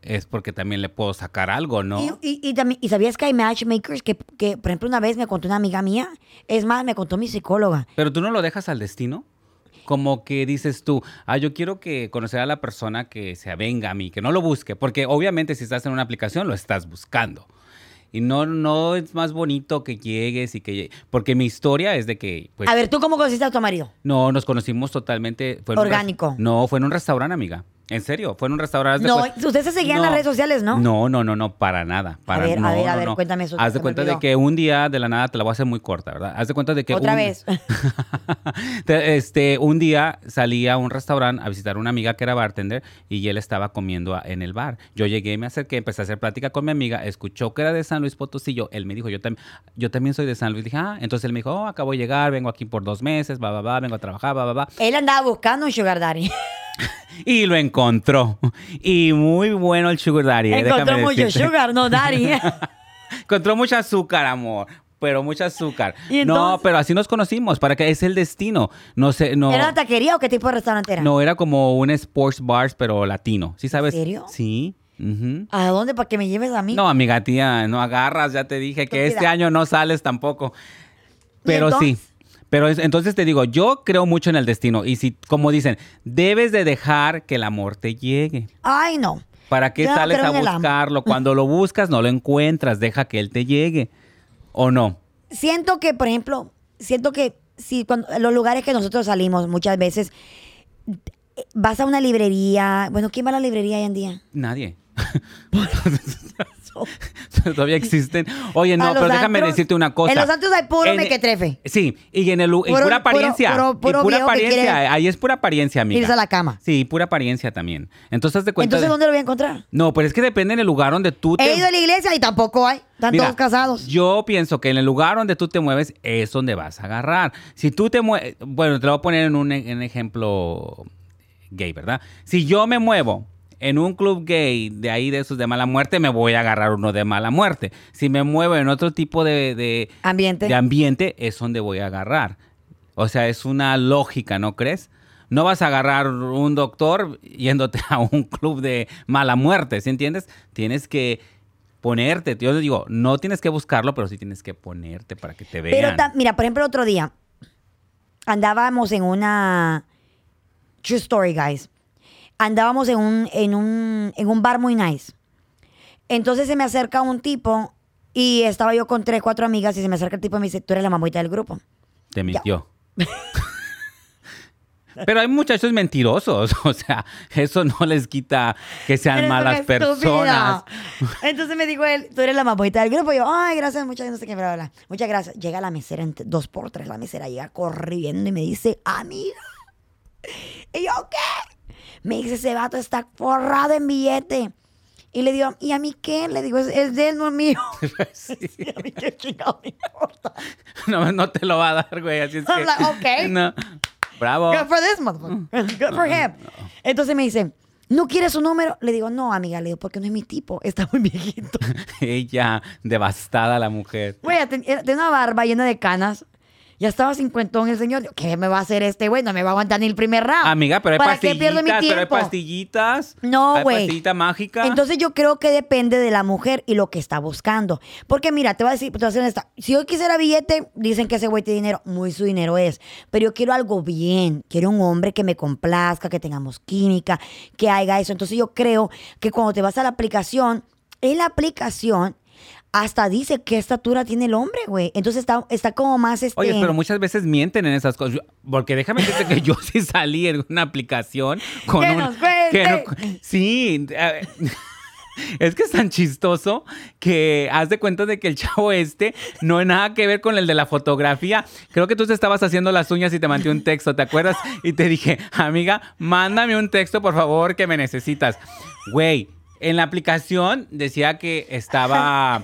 S2: es porque también le puedo sacar algo, ¿no?
S1: Y, y- y también- ¿y sabías que hay matchmakers que, que, por ejemplo, una vez me contó una amiga mía, es más, me contó mi psicóloga,
S2: Pero tú no lo dejas al destino. Como que dices tú, ah, yo quiero que conocer a la persona que se avenga a mí, que no lo busque, porque obviamente si estás en una aplicación lo estás buscando. Y no, no es más bonito que llegues y que... llegue- Porque mi historia es de que... Pues,
S1: a ver, ¿tú cómo conociste a tu marido?
S2: No, nos conocimos totalmente... fue en un res-
S1: Orgánico.
S2: no, fue en un restaurante, amiga. En serio, fue en un restaurante. haz de
S1: No,
S2: cuenta-
S1: ustedes se seguían en las redes sociales, ¿no?
S2: No, no, no, no, para nada. Para,
S1: ver, a
S2: no,
S1: ver, a
S2: no,
S1: ver,
S2: no.
S1: cuéntame eso,
S2: Haz
S1: se
S2: de
S1: me
S2: cuenta de
S1: olvidó.
S2: que un día de la nada te la voy a hacer muy corta, ¿verdad? Haz de cuenta de que
S1: Otra
S2: un-
S1: vez.
S2: Te- este, un día salí a un restaurante a visitar a una amiga que era bartender y él estaba comiendo a- en el bar. Yo llegué, me acerqué, empecé a hacer plática con mi amiga, escuchó que era de San Luis Potosí, yo- él me dijo, yo, tam- yo también soy de San Luis. Dije, ah, entonces él me dijo, oh, acabo de llegar, vengo aquí por dos meses, va, va, va, vengo a trabajar, va, va, va.
S1: Él andaba buscando un sugar daddy.
S2: Y lo encontró. Y muy bueno el sugar daddy. eh,
S1: Encontró
S2: déjame
S1: mucho
S2: decirte.
S1: sugar, no daddy.
S2: Encontró mucho azúcar, amor. Pero mucho azúcar.
S1: ¿Y
S2: No,
S1: entonces?
S2: pero así nos conocimos, para que es el destino. No sé, no.
S1: ¿Era una taquería o qué tipo de restaurante era?
S2: No, era como un sports bar, pero latino. ¿Sí sabes?
S1: serio?
S2: Sí. ujú.
S1: ¿A dónde? ¿Para que me lleves a mí?
S2: No, amiga tía, no agarras, ya te dije
S1: Estúpida.
S2: que este año no sales tampoco. Pero sí.
S1: entonces?
S2: Pero es- entonces te digo, yo creo mucho en el destino. Y si, como dicen, debes de dejar que el amor te llegue.
S1: Ay, no.
S2: ¿Para qué
S1: Yo no
S2: sales
S1: creo
S2: a
S1: en el amor.
S2: buscarlo? Cuando lo buscas, no lo encuentras. Deja que él te llegue. ¿O no?
S1: siento que, por ejemplo, siento que si cuando los lugares que nosotros salimos muchas veces eh, vas a una librería, bueno, ¿quién va a la librería hoy en día?
S2: Nadie. Todavía existen. Oye, no,
S1: A los
S2: pero déjame
S1: antros-
S2: decirte una cosa.
S1: en los antros hay puro mequetrefe.
S2: Sí, y en el lu- y
S1: Puro-
S2: pura apariencia.
S1: puro- puro- puro
S2: y pura
S1: viejo que
S2: apariencia.
S1: quiere
S2: Ahí es pura apariencia, amiga.
S1: Irse a la cama.
S2: Sí, pura apariencia también. Entonces haz de cuenta.
S1: Entonces,
S2: de-
S1: ¿dónde lo voy a encontrar?
S2: No, pero es que depende del lugar donde tú te.
S1: He ido a la iglesia y tampoco hay. Están
S2: Mira,
S1: todos casados.
S2: Yo pienso que en el lugar donde tú te mueves es donde vas a agarrar. Si tú te mueves, bueno, te lo voy a poner en un, e- en ejemplo gay, ¿verdad? Si yo me muevo en un club gay de ahí de esos de mala muerte, me voy a agarrar uno de mala muerte. Si me muevo en otro tipo de, de-
S1: Ambiente.
S2: de ambiente, es donde voy a agarrar. O sea, es una lógica, ¿no crees? No vas a agarrar un doctor yéndote a un club de mala muerte, ¿sí entiendes? Tienes que ponerte. Yo te digo, no tienes que buscarlo, pero sí tienes que ponerte para que te vean.
S1: Pero ta- mira, por ejemplo, el otro día andábamos en una True Story, guys. Andábamos en un, en un, en un bar muy nice. Entonces se me acerca un tipo y estaba yo con tres, cuatro amigas y se me acerca el tipo y me dice, tú eres la mamita del grupo.
S2: Te mintió. Pero hay muchachos mentirosos, o sea, eso no les quita que sean
S1: Eres una
S2: malas
S1: estúpida.
S2: personas.
S1: Entonces me dijo él, tú eres la mamita del grupo. Y yo, ay, gracias, muchas gracias, no sé qué, bla, bla, bla. Muchas gracias. Llega la mesera, en t- dos por tres, la mesera llega corriendo y me dice, amiga. Y yo, ¿qué? Me dice, ese vato está forrado en billete. Y le digo, ¿y a mí qué? Le digo, es, es de él, no es mío. Y a mí qué chingado me importa.
S2: No, no te lo va a dar, güey. Así es
S1: I'm
S2: que-
S1: like, ok.
S2: No. Bravo.
S1: Good for this motherfucker. Good for him. Entonces me dice, ¿no quieres su número? Le digo, no, amiga. Le digo, porque no es mi tipo. Está muy viejito.
S2: Ella, devastada la mujer.
S1: Güey, ten- era- tenía una barba llena de canas. Ya estaba cincuentón el señor. Yo, ¿Qué me va a hacer este güey? No me va a aguantar ni el primer round.
S2: Amiga, pero hay
S1: ¿Para qué
S2: pastillitas,
S1: pierdo mi
S2: pero hay
S1: tiempo?
S2: pastillitas.
S1: No,
S2: Hay
S1: güey.
S2: pastillita mágica.
S1: Entonces yo creo que depende de la mujer y lo que está buscando. Porque mira, te voy a decir, te voy a hacer esta. Si yo quisiera billete, dicen que ese güey tiene dinero, muy su dinero es. Pero yo quiero algo bien, quiero un hombre que me complazca, que tengamos química, que haga eso. Entonces yo creo que cuando te vas a la aplicación, en la aplicación hasta dice qué estatura tiene el hombre, güey. Entonces está, está como más este.
S2: Oye, pero muchas veces mienten en esas cosas. Yo- Porque déjame decirte que yo sí salí en una aplicación con
S1: Que
S2: un-
S1: nos cuente.
S2: sí. eh, a- Es que es tan chistoso que haz de cuenta de que el chavo este no hay nada que ver con el de la fotografía. Creo que tú te estabas haciendo las uñas y te mandé un texto, ¿te acuerdas? Y te dije, amiga, mándame un texto, por favor, que me necesitas. Güey, en la aplicación decía que estaba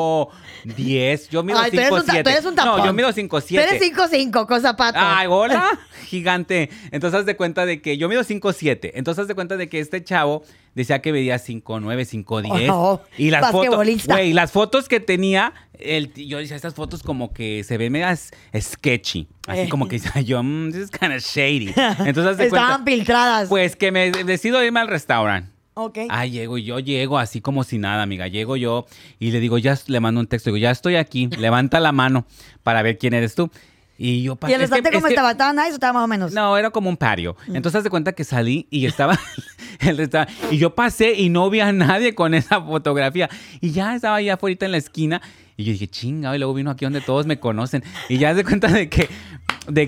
S2: 5'10". Yo mido
S1: Ay, tú eres un
S2: 5'7".
S1: ta- tú eres un tapón.
S2: No, yo mido 5'7".
S1: Tú eres 5'5 con zapatos.
S2: Ay, hola, gigante. Entonces haz de cuenta de que yo mido 5'7". Entonces haz de cuenta de que este chavo decía que medía 5'9", 5'10".
S1: Oh, no.
S2: y las fotos,
S1: Basquetbolista.
S2: güey, las fotos que tenía, el, yo decía, estas fotos como que se ven medias sketchy. Así
S1: Eh.
S2: como que decía yo, "Mm, this is kind of shady. Entonces pues, haz de
S1: Estaban
S2: cuenta,
S1: filtradas.
S2: pues que me decido irme al restaurante.
S1: ok.
S2: Ah, llego y yo llego así como si nada, amiga. Llego yo y le digo, ya le mando un texto, digo, ya estoy aquí, levanta la mano para ver quién eres tú. Y yo
S1: ¿Y el
S2: es que-
S1: restante
S2: es
S1: cómo
S2: que-
S1: estaba? ¿Estaba nice o estaba más o menos?
S2: no, era como un patio.
S1: Mm.
S2: Entonces haz de cuenta que salí y estaba el restaurante. Y yo pasé y no vi a nadie con esa fotografía. Y ya estaba ahí afuera en la esquina. Y yo dije, chinga, y luego vino aquí donde todos me conocen. Y ya haz de cuenta de que, de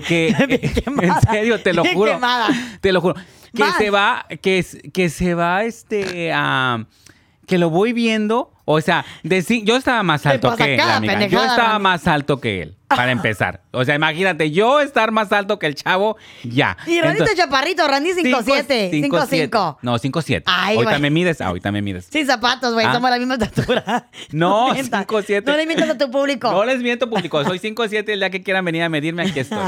S2: que, eh, en
S1: quemada,
S2: serio, te lo
S1: bien
S2: juro.
S1: quemada.
S2: Te lo juro. Que
S1: Vas.
S2: se va, que, es- que se va este a. que lo voy viendo. O sea, de cin- yo estaba más
S1: Te
S2: alto
S1: pasa
S2: que él,
S1: cada
S2: amiga. Yo
S1: pendejada,
S2: estaba
S1: Rami.
S2: más alto que él,
S1: Ah.
S2: para empezar. O sea, imagínate, yo estar más alto que el chavo, ya.
S1: Y Randy
S2: Entonces,
S1: está chaparrito, Randy 5'7,
S2: cinco, siete.
S1: 5'5.
S2: No, 5'7.
S1: Ay,
S2: Ahorita
S1: güey.
S2: me mides, ahorita me mides.
S1: Sin zapatos, güey,
S2: Ah.
S1: somos la misma estatura.
S2: No,
S1: mientas.
S2: 5'7.
S1: No le mientas a tu público.
S2: No les miento, público. Soy 5'7, el día que quieran venir a medirme, aquí estoy.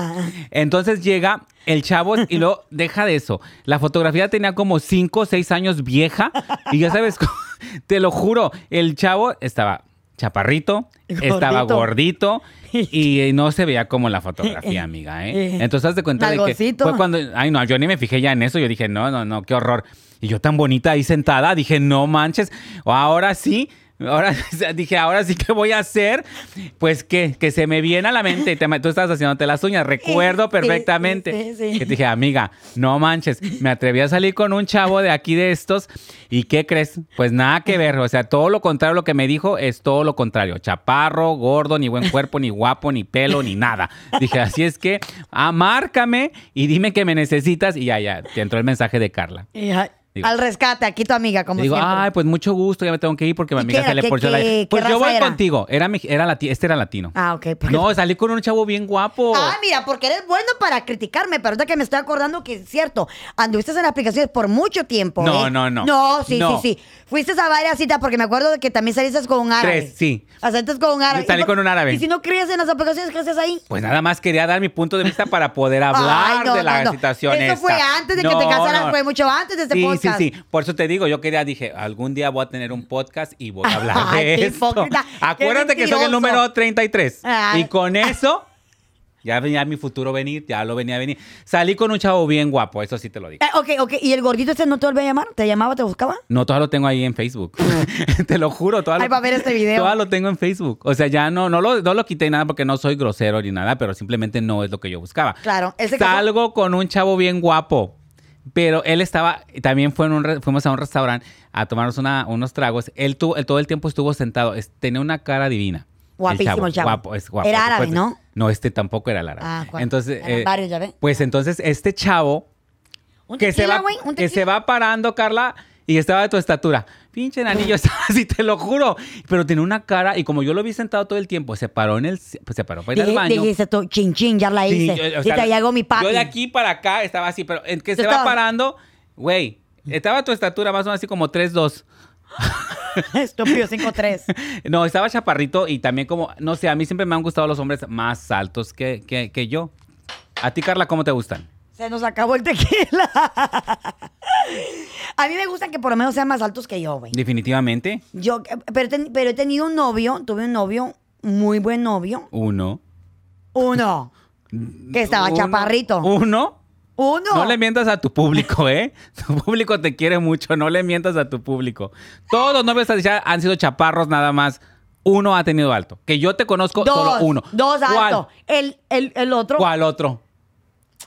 S2: Entonces llega el chavo y luego deja de eso. La fotografía tenía como 5 o 6 años vieja. Y ya sabes, te lo juro, el chavo estaba chaparrito, estaba
S1: Gordito.
S2: gordito y no se veía como la fotografía, amiga, ¿eh?
S1: Eh.
S2: Entonces, haz de cuenta de que
S1: Nalgoncito.
S2: fue cuando... Ay, no, yo ni me fijé ya en eso. Yo dije, no, no, no, qué horror. Y yo tan bonita ahí sentada, dije, no manches. Ahora sí, ahora dije, ahora sí, ¿qué voy a hacer? Pues que, que se me viene a la mente. Te- tú estabas haciéndote las uñas, recuerdo
S1: Sí,
S2: perfectamente.
S1: sí, sí, sí.
S2: Que te dije, amiga, no manches, me atreví a salir con un chavo de aquí de estos. ¿Y qué crees? Pues nada que ver. O sea, todo lo contrario, lo que me dijo es todo lo contrario. Chaparro, gordo, ni buen cuerpo, ni guapo, ni pelo, ni nada. Dije, así es que amárcame y dime que me necesitas. Y ya, ya, te entró el mensaje de Carla.
S1: Y a-
S2: Digo.
S1: al rescate, aquí tu amiga, como
S2: Le digo,
S1: siempre.
S2: ay, pues mucho gusto, ya me tengo que ir porque mi
S1: ¿Y qué
S2: amiga
S1: era?
S2: se le
S1: ¿Qué-
S2: porció la.
S1: qué-
S2: Pues
S1: qué
S2: yo
S1: raza
S2: voy
S1: era?
S2: contigo. Era, mi- era lati- este era latino.
S1: ah, ok. porque-
S2: No, salí con un chavo bien guapo.
S1: Ah, mira, porque eres bueno para criticarme, pero ahorita que me estoy acordando que es cierto, anduviste en aplicaciones por mucho tiempo.
S2: No,
S1: ¿eh?
S2: no, no.
S1: No, sí,
S2: No.
S1: sí, sí. Fuiste a varias citas porque me acuerdo de que también saliste con un árabe.
S2: Tres, sí.
S1: Ah, Saliste con un árabe.
S2: Salí
S1: ¿Y por-
S2: con un árabe.
S1: Y si no crees en las aplicaciones, ¿qué haces ahí?
S2: Pues nada más quería dar mi punto de vista para poder hablar
S1: Ay, no,
S2: de la
S1: no, no.
S2: situación
S1: Eso
S2: esta.
S1: fue antes de que
S2: No,
S1: te casaras,
S2: no.
S1: fue mucho antes de este
S2: sí,
S1: podcast.
S2: Sí, sí, Por eso te digo, yo quería, dije, algún día voy a tener un podcast y voy a hablar
S1: Ay,
S2: de
S1: qué
S2: esto.
S1: hipócrita, qué
S2: Acuérdate que soy
S1: mentiroso.
S2: el número 33.
S1: Ah.
S2: Y con eso ya venía mi futuro venir, ya lo venía a venir. Salí con un chavo bien guapo, eso sí te lo digo.
S1: Eh, ok, ok. ¿Y el gordito ese no te volvió a llamar? ¿Te llamaba, te buscaba?
S2: No, todavía lo tengo ahí en Facebook. Te lo juro, todavía.
S1: Ay,
S2: lo-
S1: va a ver este video.
S2: Todavía lo tengo en Facebook. O sea, ya no, no lo, no lo quité nada porque no soy grosero ni nada, pero simplemente no es lo que yo buscaba.
S1: Claro, él se casó-
S2: Salgo con un chavo bien guapo. Pero él estaba, también fue en un re- fuimos a un restaurante a tomarnos una- unos tragos. Él, tu- él todo el tiempo estuvo sentado. Es- tenía una cara divina.
S1: Guapísimo el chavo.
S2: Guapo, es guapo.
S1: Era
S2: por
S1: árabe,
S2: supuesto.
S1: ¿no?
S2: No, este tampoco era el árabe.
S1: Ah, ¿cuál?
S2: Entonces,
S1: Eran varios, ya ve.
S2: pues entonces este chavo
S1: ¿Un
S2: que se,
S1: tequila,
S2: va,
S1: güey? ¿Un
S2: que se
S1: tequila?
S2: va parando, Carla, y estaba de tu estatura. Pinche enanillo, estaba así, te lo juro. Pero tenía una cara, y como yo lo vi sentado todo el tiempo, se paró en el. Pues se paró, fue en el
S1: Dije-
S2: baño.
S1: Dijiste tú, chin, chin, ya la
S2: Sí,
S1: hice.
S2: yo- o
S1: Sí,
S2: sea,
S1: te llegó mi papi.
S2: Yo de aquí para acá estaba así, pero en que
S1: Tú
S2: se va
S1: estabas-
S2: parando, güey, estaba tu estatura más o menos así como 3'2".
S1: Estúpido, 5'3.
S2: No, estaba chaparrito y también como, no sé, a mí siempre me han gustado los hombres más altos que, que, que yo. A ti, Carla, ¿cómo te gustan?
S1: Se nos acabó el tequila. A mí me gustan que por lo menos sean más altos que yo, güey.
S2: Definitivamente.
S1: Yo, eh, pero, ten- pero he tenido un novio, tuve un novio, muy buen novio.
S2: Uno.
S1: Uno. Que estaba
S2: Uno-
S1: chaparrito.
S2: Uno.
S1: Uno.
S2: No le mientas a tu público, ¿eh? Tu público te quiere mucho, no le mientas a tu público. Todos los novios hasta ya han sido chaparros nada más. Uno ha tenido alto. Que yo te conozco
S1: dos,
S2: solo uno.
S1: Dos
S2: ¿Cuál?
S1: alto. El, el, el otro.
S2: ¿Cuál otro?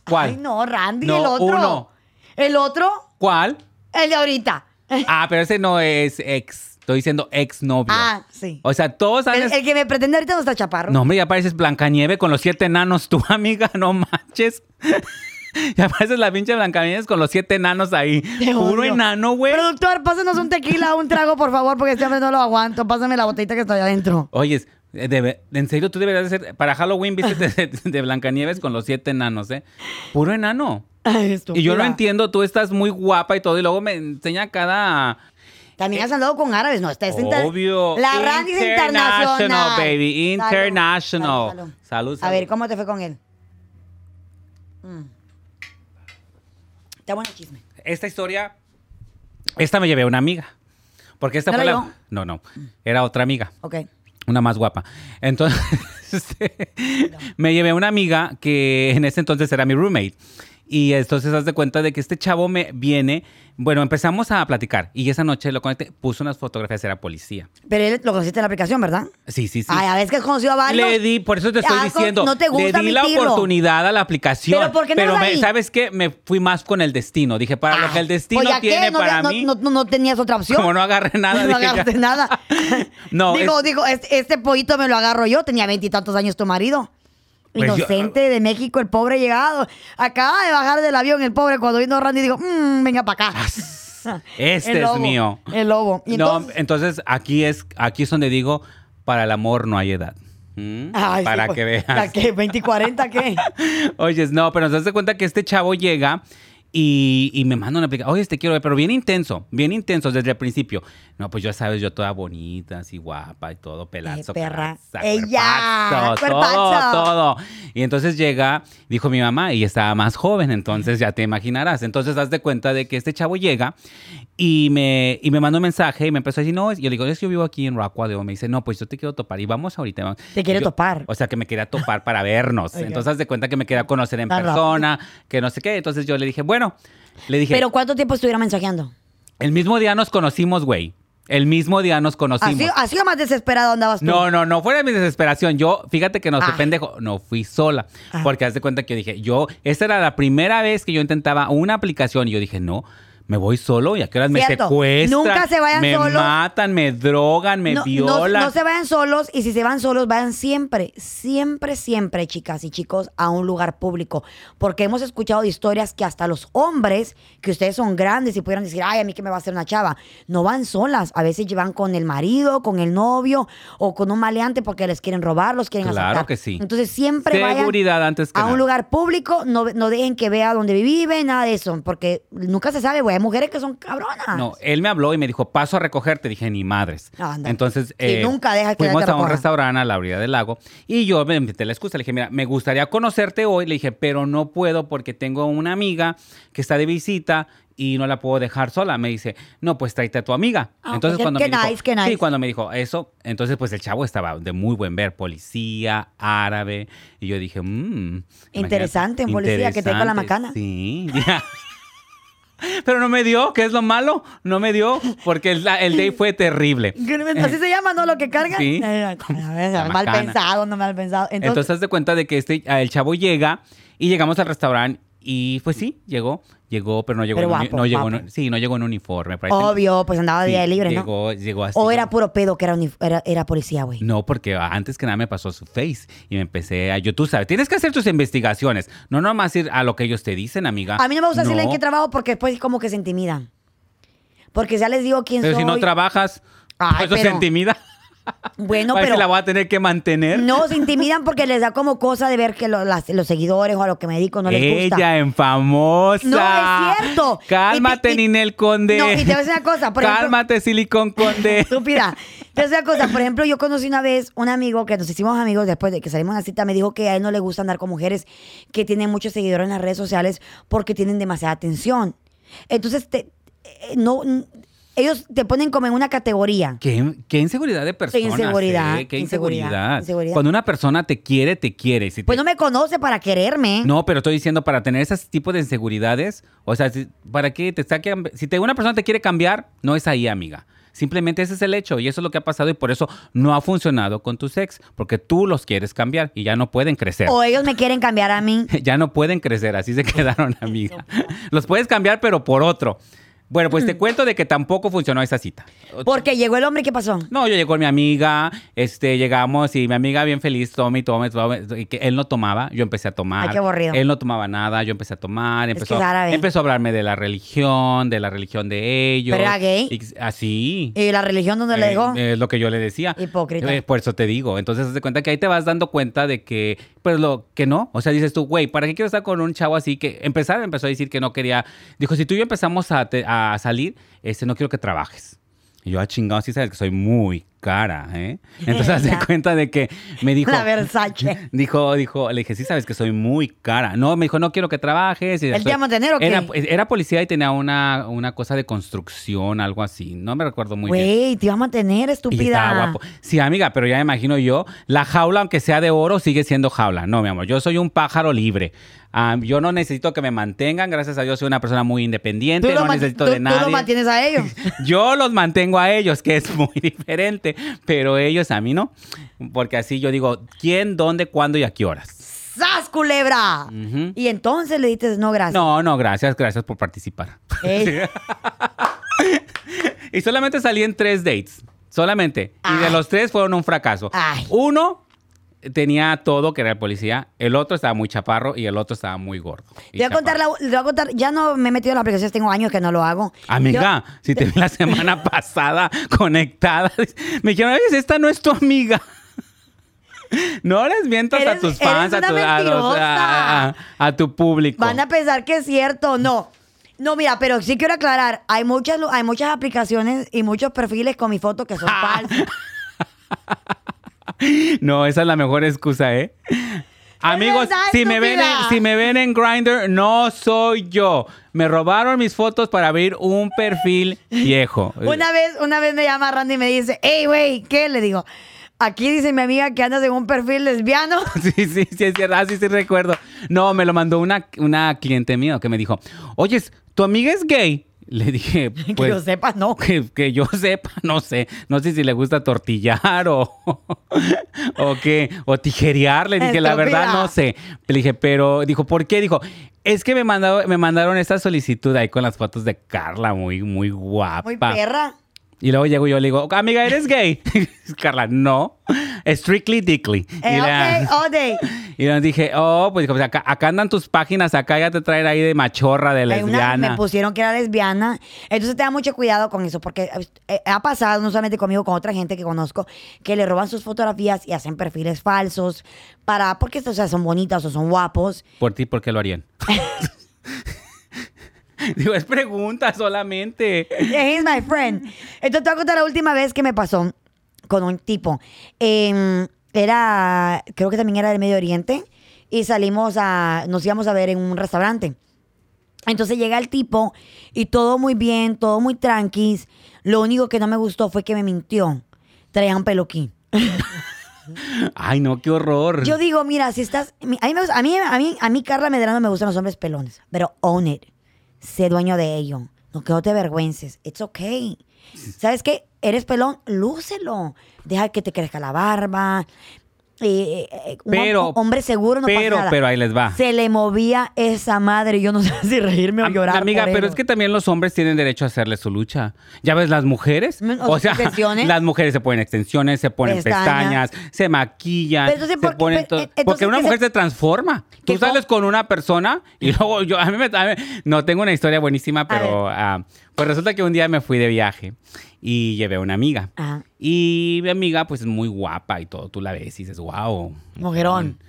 S2: ¿Cuál?
S1: Ay, no, Randy,
S2: No,
S1: el otro.
S2: uno.
S1: El otro,
S2: ¿Cuál?
S1: el de ahorita.
S2: Ah, pero ese no es ex. Estoy diciendo ex novio.
S1: Ah, sí.
S2: O sea, todos han...
S1: El, el que me pretende ahorita no está chaparro.
S2: No, hombre, ya pareces Blancanieve con los siete enanos, tú, amiga, no manches. ya pareces la pinche Blancanieves con los siete enanos ahí.
S1: Te
S2: Puro
S1: odio.
S2: enano, güey.
S1: Productor, pásanos un tequila, un trago, por favor, porque este hombre no lo aguanto. Pásame la botellita que está allá adentro.
S2: Oyes, eh, debe- en serio, tú deberías de ser. Para Halloween viste de, de Blancanieves con los siete enanos, ¿eh? Puro enano.
S1: Ay, estúpida.
S2: Y yo no entiendo, tú estás muy guapa y todo, y luego me enseña cada.
S1: También has andado con árabes, ¿no? Está es inter-
S2: Obvio.
S1: La Randy es
S2: International,
S1: internacional.
S2: baby.
S1: Salud,
S2: International.
S1: salud,
S2: Salud,
S1: salud.
S2: salud.
S1: A ver, ¿cómo te fue con él? Mm. Está bueno el chisme.
S2: Esta historia. Esta me llevé a una amiga. Porque esta
S1: ¿No
S2: fue
S1: era
S2: la.
S1: yo?
S2: No, no. Era otra amiga.
S1: Ok.
S2: Una más guapa. Entonces, este, me llevé a una amiga que en ese entonces era mi roommate. Y entonces haz de cuenta de que este chavo me viene. Bueno, empezamos a platicar. Y esa noche lo conecté, puso unas fotografías, era policía.
S1: Pero él lo conociste en la aplicación, ¿verdad?
S2: Sí, sí, sí.
S1: Ay, a veces que has conocido a varios.
S2: Le di, por eso te estoy
S1: Ah, con-
S2: diciendo,
S1: no te gusta
S2: le di la
S1: admitirlo.
S2: oportunidad a la aplicación.
S1: Pero, ¿por qué no la
S2: me-
S1: di?
S2: ¿sabes qué? Me fui más con el destino. Dije, para lo
S1: Ay,
S2: que el destino
S1: pues, ¿ya qué?
S2: tiene
S1: ¿No
S2: para
S1: había- no-
S2: mí,
S1: No, no- no tenías otra opción.
S2: como no agarré nada,
S1: no
S2: dije, ya.
S1: agarraste nada.
S2: No,
S1: digo,
S2: es-
S1: digo, este, este pollito me lo agarro yo. Tenía veintitantos años tu marido.
S2: Pues yo-
S1: Inocente de México, el pobre llegado. Acaba de bajar del avión el pobre cuando vino Randy digo, "Mm, venga para acá.
S2: este
S1: El
S2: es
S1: lobo,
S2: mío.
S1: El lobo. Y
S2: no,
S1: entonces-
S2: entonces aquí es, aquí es donde digo, para el amor no hay edad. ¿Mm?
S1: Ay, sí,
S2: para
S1: pues,
S2: que
S1: ¿Para
S2: veas.
S1: qué? ¿20, 40 qué?
S2: Oyes, no, pero nos das de cuenta que este chavo llega y, y me manda una aplicación. Oye, te quiero ver, pero bien intenso, bien intenso desde el principio. No, pues ya sabes, yo toda bonita, así guapa y todo, pelazo.
S1: perra.
S2: caraza,
S1: Ella,
S2: cuerpazo,
S1: cuerpazo.
S2: Todo, todo. Y entonces llega, dijo mi mamá, y estaba más joven, entonces ya te imaginarás. Entonces haz de cuenta de que este chavo llega y me, y me mandó un mensaje y me empezó a decir, no, es- yo le digo, es que yo vivo aquí en Rockwadeo. Me dice, no, pues yo te quiero topar y vamos ahorita. vamos".
S1: Te quiere
S2: Yo-
S1: topar.
S2: O sea, que me quería topar para vernos.
S1: Oiga.
S2: Entonces, haz de cuenta que me quería conocer en
S1: Tan rápido.
S2: persona, que no sé qué. Entonces, yo le dije, bueno, le dije,
S1: Pero ¿cuánto tiempo estuviera mensajeando?
S2: el mismo día nos conocimos, güey. El mismo día
S1: ¿Ah,
S2: nos conocimos.
S1: Así, así o más desesperado andabas pues tú.
S2: No, no, no, fuera de mi desesperación. Yo, fíjate que no sé,
S1: Ah.
S2: pendejo, no fui sola. Porque haz de cuenta que yo dije, yo, esta era la primera vez que yo intentaba una aplicación y yo dije, no, me voy solo y a qué horas me
S1: Cierto.
S2: secuestran.
S1: Nunca se vayan
S2: me
S1: solos.
S2: matan, me drogan, me
S1: No, no-
S2: violan.
S1: No, se vayan solos y si se van solos, vayan siempre, siempre, siempre, chicas y chicos, a un lugar público. Porque hemos escuchado historias que hasta los hombres, que ustedes son grandes y pudieran decir, ay, a mí que me va a hacer una chava, no van solas. A veces llevan con el marido, con el novio o con un maleante porque les quieren robar, los quieren
S2: Claro
S1: asaltar.
S2: que sí.
S1: Entonces siempre vayan
S2: Seguridad antes que
S1: a un
S2: nada.
S1: lugar público, no, no dejen que vea dónde viven, nada de eso, porque nunca se sabe, güey. Hay mujeres que son cabronas.
S2: No, él me habló y me dijo, paso a recogerte. Dije, ni madres.
S1: Ándale.
S2: Entonces, eh,
S1: Sí, nunca deja que
S2: fuimos
S1: te
S2: a un
S1: recojan.
S2: restaurante a la orilla del lago y yo me inventé la excusa. Le dije, mira, me gustaría conocerte hoy. Le dije, pero no puedo porque tengo una amiga que está de visita y no la puedo dejar sola. Me dice, no, pues tráete a tu amiga.
S1: Ah,
S2: entonces,
S1: qué-
S2: cuando
S1: qué
S2: me dijo,
S1: nice, qué nice.
S2: Sí, cuando me dijo eso, entonces, pues el chavo estaba de muy buen ver, policía, árabe. Y yo dije, mmm.
S1: Interesante, un policía que tenga la macana.
S2: Sí, ya. Pero no me dio, que es lo malo, no me dio, porque el, el day fue terrible.
S1: Así se llama, ¿no? Lo que cargan.
S2: eh, Sí.
S1: Eh, a ver,
S2: La
S1: mal
S2: macana.
S1: pensado, no mal pensado. Entonces,
S2: Entonces, haz de cuenta de que este, ah, el chavo llega y llegamos al restaurante y pues sí, llegó, llegó, pero no llegó,
S1: Pero
S2: en, uni-
S1: guapo,
S2: no llegó
S1: guapo.
S2: en- sí, no llegó en uniforme. parece-
S1: obvio, pues andaba de
S2: Sí,
S1: día libre, ¿no?
S2: llegó, Llegó así.
S1: O era puro pedo que era, uni- era, era policía, güey.
S2: No, porque antes que nada me pasó su face y me empecé a... Yo, tú sabes, tienes que hacer tus investigaciones, no nomás ir a lo que ellos te dicen, amiga.
S1: A mí no me gusta decirle en
S2: No,
S1: qué trabajo porque después como que se intimidan. Porque ya les digo quién
S2: Pero
S1: soy.
S2: si no trabajas, pues
S1: Ay,
S2: eso se
S1: pero-
S2: intimida.
S1: Bueno,
S2: Parece
S1: pero.
S2: la voy a tener que mantener.
S1: No, se intimidan porque les da como cosa de ver que lo- las- los seguidores o a lo que me dedico no les gusta.
S2: Ella en famosa.
S1: No, es cierto.
S2: Cálmate,
S1: Y- y-
S2: Ninel Conde.
S1: No, y te voy a decir una cosa, por ejemplo-
S2: Cálmate, Silicon Conde.
S1: Estúpida. Te voy a decir una cosa. Por ejemplo, yo conocí una vez un amigo que nos hicimos amigos después de que salimos de una cita. Me dijo que a él no le gusta andar con mujeres que tienen muchos seguidores en las redes sociales porque tienen demasiada atención. Entonces, te, eh, no, n- ellos te ponen como en una categoría.
S2: Qué, qué inseguridad de personas.
S1: inseguridad,
S2: ¿eh? Qué
S1: inseguridad,
S2: inseguridad.
S1: inseguridad.
S2: Cuando una persona te quiere, te quiere. Y si te-
S1: Pues no me conoce para quererme.
S2: No, pero estoy diciendo, para tener ese tipo de inseguridades, o sea, si- ¿para qué te está que- Si te- una persona te quiere cambiar, no es ahí, amiga. Simplemente ese es el hecho y eso es lo que ha pasado y por eso no ha funcionado con tus ex, porque tú los quieres cambiar y ya no pueden crecer.
S1: O ellos me quieren cambiar a mí.
S2: Ya no pueden crecer, así se quedaron, amiga. Los puedes cambiar, pero por otro. Bueno,
S1: Mm.
S2: pues te cuento de que tampoco funcionó esa cita.
S1: Porque llegó el hombre, ¿qué pasó?
S2: No, yo llegó mi amiga, este, llegamos y mi amiga bien feliz, tome, tome, tome, y que él no tomaba, yo empecé a tomar.
S1: Ay, qué aburrido.
S2: Él no tomaba nada, yo empecé a tomar, empezó,
S1: que es árabe.
S2: empezó a hablarme de la religión, de la religión de ellos.
S1: ¿Pero era gay?
S2: Y- ah, así.
S1: ¿Y la religión dónde le
S2: Eh,
S1: dejó?
S2: Es lo que yo le decía.
S1: Hipócrita.
S2: Eh, por eso te digo. Entonces, haz de cuenta que ahí te vas dando cuenta de que, pues lo que no. O sea, dices tú, güey, ¿para qué quiero estar con un chavo así que empezar? Empezó a decir que no quería. Dijo, si tú y yo empezamos a, te- a salir, este, no quiero que trabajes. Y yo, ah, chingado, sí sabes que soy muy cara, ¿eh? Entonces, haz de
S1: Ya.
S2: cuenta de que me dijo.
S1: la Versace.
S2: Dijo, dijo, le dije, sí sabes que soy muy cara. No, me dijo, no quiero que trabajes.
S1: ¿Él te va a mantener o qué?
S2: Era, pues, era policía y tenía una, una cosa de construcción, algo así. No me recuerdo muy bien.
S1: Güey, te iba a mantener,
S2: Y estaba
S1: estúpida.
S2: guapo. Sí, amiga, pero ya me imagino yo, la jaula, aunque sea de oro, sigue siendo jaula. No, mi amor, yo soy un pájaro libre. Ah, yo no necesito que me mantengan, gracias a Dios soy una persona muy independiente,
S1: Tú,
S2: no
S1: lo man-
S2: necesito
S1: tú-
S2: de
S1: tú
S2: nadie.
S1: lo mantienes a ellos.
S2: Yo los mantengo a ellos, que es muy diferente, pero ellos a mí no, porque así yo digo, ¿quién, dónde, cuándo y a qué horas?
S1: ¡Sas, culebra!
S2: Ujú.
S1: Y entonces le dices, no, gracias.
S2: No, no, gracias, gracias por participar.
S1: Ey,
S2: Y solamente salí en tres dates. Solamente. Y de
S1: Ay.
S2: los tres fueron un fracaso.
S1: Ay.
S2: Uno tenía todo, que era el policía. El otro estaba muy chaparro y el otro estaba muy gordo.
S1: te voy a contar, la- te voy a contar, ya no me he metido en las aplicaciones, tengo años que no lo hago.
S2: Amiga, si te vi la semana pasada conectada, me dijeron, "Ay, esta no es tu amiga. No les mientas a
S1: Eres-
S2: tus fans, a
S1: eres
S2: tu,
S1: una
S2: a los- a- a- a tu
S1: Yo-
S2: público.
S1: van a pensar que es cierto, no. No, mira, pero sí quiero aclarar, hay muchas, lu- hay muchas aplicaciones y muchos perfiles con mi foto que son
S2: Ah.
S1: falsos.
S2: No, esa es la mejor excusa, ¿eh? Amigos,
S1: verdad,
S2: si me, ven en,
S1: estúpida.
S2: si me ven en Grindr, no soy yo. Me robaron mis fotos para abrir un perfil viejo.
S1: Una vez, una vez me llama Randy y me dice, hey, güey, ¿qué? Le digo, aquí dice mi amiga que andas en un perfil lesbiano.
S2: Sí, sí, sí, es cierto. Ah, sí, sí, recuerdo. No, me lo mandó una, una cliente mía que me dijo, oye, ¿tu amiga es gay? Le dije,
S1: que yo
S2: pues...
S1: sepa, no.
S2: Que, que yo sepa, no sé, no sé si le gusta tortillar o, o qué, o tijerear, le dije, la verdad
S1: Estúpida.
S2: no sé. Le dije, pero dijo, ¿por qué? Dijo, es que me mandaron, me mandaron esta solicitud ahí con las fotos de Carla, muy, muy guapa.
S1: Muy perra.
S2: Y luego llego yo y le digo, amiga, ¿eres gay? Carla, no. Strictly Dickly.
S1: Eh,
S2: y, le-
S1: ok, all day.
S2: y le dije, oh, pues dijo, pues, acá, acá andan tus páginas, acá ya te traen ahí de machorra, de
S1: Hay una-
S2: lesbiana.
S1: me pusieron que era lesbiana. Entonces te da mucho cuidado con eso, porque eh, ha pasado no solamente conmigo, con otra gente que conozco, que le roban sus fotografías y hacen perfiles falsos para, porque o sea, son bonitas o son guapos.
S2: Por ti, ¿por qué lo harían? Digo, es pregunta solamente.
S1: He's my friend. Entonces te voy a contar la última vez que me pasó con un tipo. Eh, era, creo que también era del Medio Oriente y salimos a, nos íbamos a ver en un restaurante. Entonces llega el tipo y todo muy bien, todo muy tranquis. Lo único que no me gustó fue que me mintió. Traía un peluquín.
S2: Ay, no, qué horror.
S1: Yo digo, mira, si estás. A mí, me gusta- a mí, a mí, a mí Carla Medrano me gustan los hombres pelones, pero own it. Sé dueño de ello. No que no te avergüences. It's okay. ¿Sabes qué? Eres pelón, lúcelo. Deja que te crezca la barba. Eh, eh, eh, un
S2: Pero-
S1: hom- hombre seguro no pasa
S2: pero,
S1: nada.
S2: pero ahí les va.
S1: Se le movía esa madre. y Yo no sé si reírme o
S2: Am-
S1: llorar.
S2: Amiga,
S1: por
S2: pero
S1: ello.
S2: es que también los hombres tienen derecho a hacerle su lucha. Ya ves, las mujeres.
S1: Mm, o
S2: O sea,
S1: extensiones.
S2: las mujeres se ponen extensiones, se ponen
S1: Pestañas.
S2: pestañas, se maquillan.
S1: Pero entonces,
S2: se
S1: ¿por qué-
S2: ponen
S1: pero,
S2: todo-
S1: eh, entonces,
S2: porque una
S1: ¿qué
S2: mujer
S1: se-
S2: se, transforma.
S1: ¿Qué
S2: Tú sales
S1: co-
S2: con una persona y luego yo. A mí me. a mí- no tengo una historia buenísima, pero. ah, pues resulta que un día me fui de viaje y llevé a una amiga.
S1: Ajá.
S2: Y mi amiga, pues es muy guapa y todo. Tú la ves y dices, wow.
S1: Mujerón.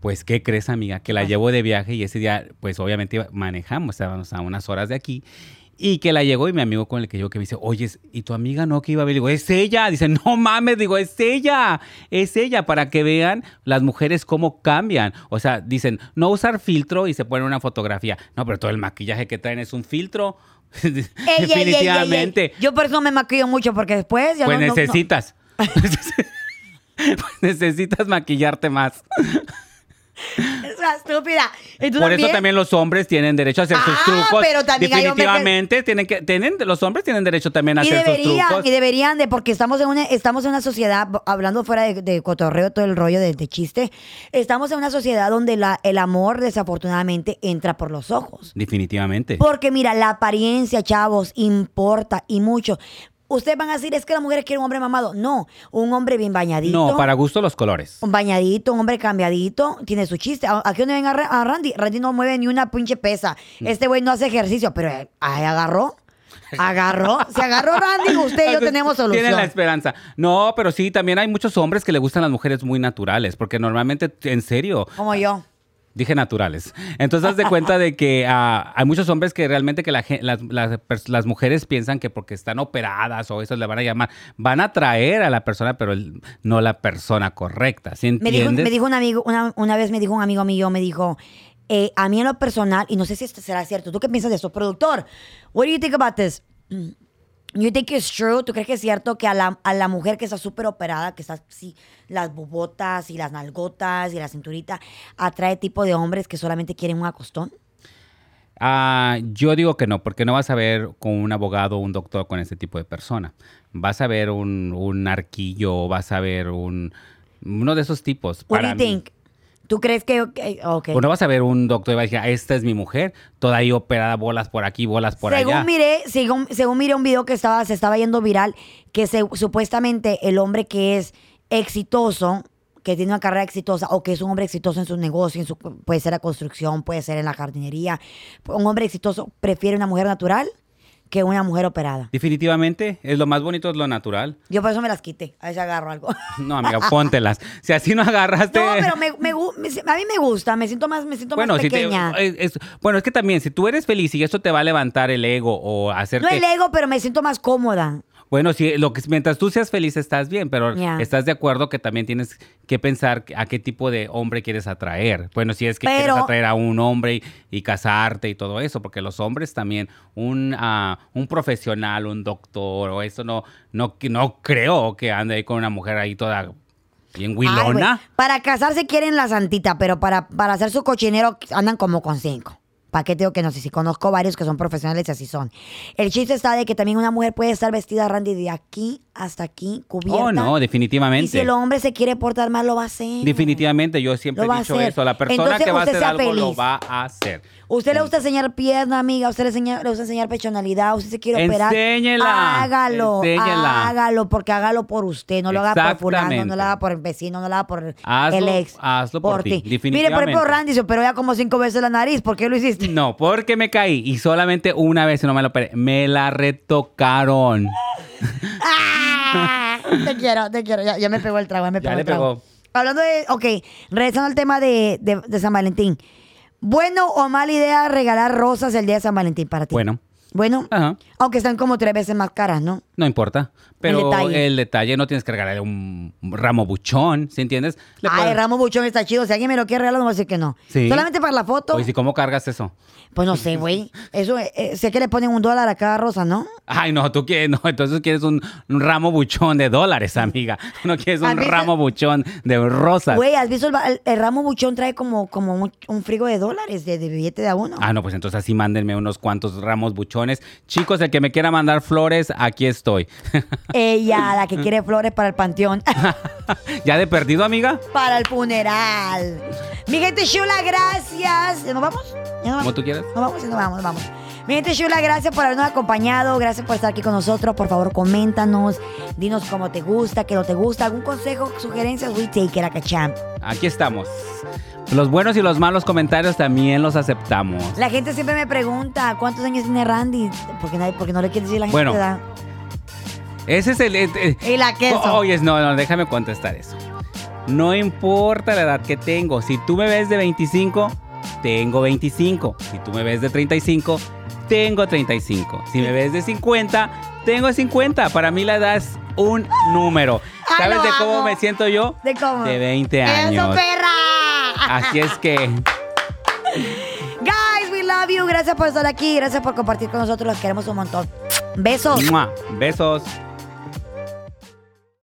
S2: Pues, ¿qué crees, amiga? Que la
S1: Ajá.
S2: llevo de viaje y ese día, pues obviamente iba- manejamos, estábamos a unas horas de aquí. Y que la llegó y mi amigo con el que yo que me dice, oye, ¿y tu amiga no que iba a ver? Digo, es ella. Dice, no mames, digo, es ella, es ella, para que vean las mujeres cómo cambian. O sea, dicen, no usar filtro y se ponen una fotografía. No, pero todo el maquillaje que traen es un filtro.
S1: Ey, ey, ey, ey, ey.
S2: Definitivamente.
S1: Yo por eso me maquillo mucho porque después ya
S2: Pues
S1: no- no- no-
S2: necesitas. Pues necesitas maquillarte más.
S1: Es una estúpida. Y tú
S2: Por eso también los hombres tienen derecho a hacer sus
S1: Ah,
S2: trucos.
S1: pero también hay hombres que-
S2: Definitivamente tienen que tienen los hombres tienen derecho también a
S1: Y
S2: hacer sus
S1: deberían,
S2: trucos.
S1: y deberían de, porque estamos en una, estamos en una sociedad, bo- hablando fuera de, de cotorreo, todo el rollo de, de chiste, estamos en una sociedad donde la- el amor desafortunadamente entra por los ojos.
S2: Definitivamente.
S1: Porque mira, la apariencia, chavos, importa y mucho. Ustedes van a decir, es que las mujeres quieren un hombre mamado. No, un hombre bien bañadito.
S2: No, para gusto los colores.
S1: Un bañadito, un hombre cambiadito, tiene su chiste. A- Aquí donde ven a, Ra- a Randy, Randy no mueve ni una pinche pesa. Este güey no hace ejercicio, pero eh, ahí agarró. Agarró. Se agarró Randy, usted y yo tenemos solución.
S2: Tienen la esperanza. No, pero sí, también hay muchos hombres que le gustan las mujeres muy naturales, porque normalmente, en serio,
S1: Como yo.
S2: Dije naturales. Entonces, haz de cuenta de que ah, hay muchos hombres que realmente que la gen- las, las pers- las mujeres piensan que porque están operadas o eso le van a llamar, van a atraer a la persona, pero el- no la persona correcta. ¿Sí
S1: Me dijo,
S2: entiendes?
S1: me dijo un amigo, una, una vez me dijo un amigo mío, me dijo, eh, a mí en lo personal, y no sé si esto será cierto, ¿tú qué piensas de eso? Productor, what do you think about this? Mm. You think it's true? ¿Tú crees que es cierto que a la, a la mujer que está súper operada, que está así, las bobotas y las nalgotas y la cinturita, atrae tipo de hombres que solamente quieren un acostón?
S2: Ah, yo digo que no, porque no vas a ver con un abogado o un doctor con ese tipo de persona. Vas a ver un, un arquillo, vas a ver un uno de esos tipos.
S1: What
S2: para
S1: do you
S2: mí.
S1: think? ¿Tú crees que... ok, ok.
S2: O no vas a ver un doctor y vas a decir, "Ah, esta es mi mujer, toda ahí operada, bolas por aquí, bolas por
S1: según
S2: allá.
S1: miré, según, según miré un video que estaba, se estaba yendo viral, que se- supuestamente el hombre que es exitoso, que tiene una carrera exitosa, o que es un hombre exitoso en su negocio, en su, puede ser la construcción, puede ser en la jardinería, un hombre exitoso prefiere una mujer natural que una mujer operada.
S2: Definitivamente, es lo más bonito, es lo natural.
S1: Yo por eso me las quité, a veces agarro algo.
S2: No, amiga, póntelas. Si así no agarraste.
S1: No, pero me, me gu- me- a mí me gusta, me siento más, me siento más
S2: si te- eh,
S1: pequeña.
S2: es- es- bueno, es que también, si tú eres feliz y eso te va a levantar el ego o hacerte.
S1: no el ego, pero me siento más cómoda.
S2: Bueno, si lo que mientras tú seas feliz estás bien, pero
S1: Ya.
S2: estás de acuerdo que también tienes que pensar a qué tipo de hombre quieres atraer. Bueno, si es que quieres
S1: Pero-
S2: atraer a un hombre y, y casarte y todo eso, porque los hombres también, un, ah, un profesional, un doctor o eso, no, no, no creo que ande ahí con una mujer ahí toda bien
S1: Ay, güey,
S2: huilona.
S1: para casarse quieren la santita, pero para, para hacer su cochinero andan como con cinco. ¿Para qué te digo que no sé? Si conozco varios que son profesionales y así son. El chiste está de que también una mujer puede estar vestida, Randy, de aquí hasta aquí, cubierta.
S2: Oh, no, definitivamente.
S1: Y si el hombre se quiere portar mal, lo va a hacer.
S2: Definitivamente, yo siempre
S1: Lo va
S2: he
S1: a
S2: dicho
S1: hacer.
S2: eso. La persona
S1: Entonces,
S2: que va a
S1: usted
S2: hacer
S1: sea
S2: algo lo
S1: feliz.
S2: va a hacer.
S1: Usted
S2: Mm.
S1: le gusta enseñar pierna, amiga. Usted le, enseña- le gusta enseñar pechonalidad. Usted se quiere operar.
S2: Enséñela.
S1: Hágalo.
S2: Enséñela.
S1: Hágalo, porque hágalo por usted. No lo haga por fulano, no
S2: Exactamente.
S1: lo haga por el vecino, no lo haga por
S2: Hazlo-
S1: el ex.
S2: hazlo por ti,
S1: Mire, por ejemplo,
S2: definitivamente.
S1: Randy se operó ya como cinco veces la nariz. ¿Por qué lo hiciste?
S2: No, porque me caí y solamente una vez no me la operé. Me la retocaron.
S1: ¡Ah! Te quiero, te quiero. Ya, ya me pegó el trago, ya me
S2: Ya
S1: pegó
S2: le
S1: el trago.
S2: pegó.
S1: Hablando de, ok, regresando al tema de, de- de San Valentín. ¿Bueno o mala idea regalar rosas el día de San Valentín para ti?
S2: Bueno.
S1: Bueno,
S2: Ajá.
S1: aunque están como tres veces más caras, ¿no?
S2: No importa. Pero el
S1: detalle.
S2: detalle, no tienes que regalarle un ramo buchón, ¿sí entiendes? Le
S1: Ay,
S2: puedes-
S1: Ramo Buchón está chido. Si alguien me lo quiere regalar, no voy a decir que no.
S2: Sí.
S1: Solamente para la foto.
S2: Oye, ¿sí ¿cómo cargas eso?
S1: Pues no sé, güey. Eso, eh, eh, sé que le ponen un dólar a cada rosa, ¿no?
S2: Ay, no, tú quieres, no, entonces quieres un, un ramo buchón de dólares, amiga. No quieres
S1: ¿Has
S2: un
S1: visto?
S2: ramo buchón de rosas.
S1: Güey, ¿has visto el, ba- el- el Ramo Buchón trae como, como un, un frigo de dólares, de, de billete de a uno?
S2: Ah, no, pues entonces así mándenme unos cuantos ramos buchones. Chicos, el que me quiera mandar flores, aquí estoy.
S1: Ella, la que quiere flores para el panteón.
S2: ¿Ya de perdido, amiga?
S1: para el funeral. Mi gente chula, gracias. ¿Ya ¿Nos vamos? ¿Ya nos
S2: Como
S1: vamos?
S2: tú quieras.
S1: Nos vamos, nos vamos, nos vamos. Mi gente chula, gracias por habernos acompañado, gracias por estar aquí con nosotros. Por favor, coméntanos, dinos cómo te gusta, qué no te gusta, algún consejo, sugerencias, we take it, acacham.
S2: Aquí estamos. Los buenos y los malos comentarios también los aceptamos.
S1: La gente siempre me pregunta, ¿cuántos años tiene Randy? Porque, nadie, porque no le quiere decir la gente
S2: Bueno.
S1: la edad.
S2: Ese es el... el- el-
S1: Y la queso.
S2: O- Oyes, no, no, déjame contestar eso. No importa la edad que tengo, si tú me ves de 25, tengo 25. Si tú me ves de 35, tengo 35. Si me ves de 50, tengo 50. Para mí la edad es un número.
S1: Ah,
S2: ¿Sabes
S1: lo
S2: de cómo
S1: amo.
S2: me siento yo?
S1: ¿De cómo?
S2: De 20 años. Ah.
S1: ¡Eso, perra!
S2: Así es que
S1: Guys, we love you. Gracias por estar aquí. Gracias por compartir con nosotros. Los queremos un montón. Besos.
S2: ¡mua! besos.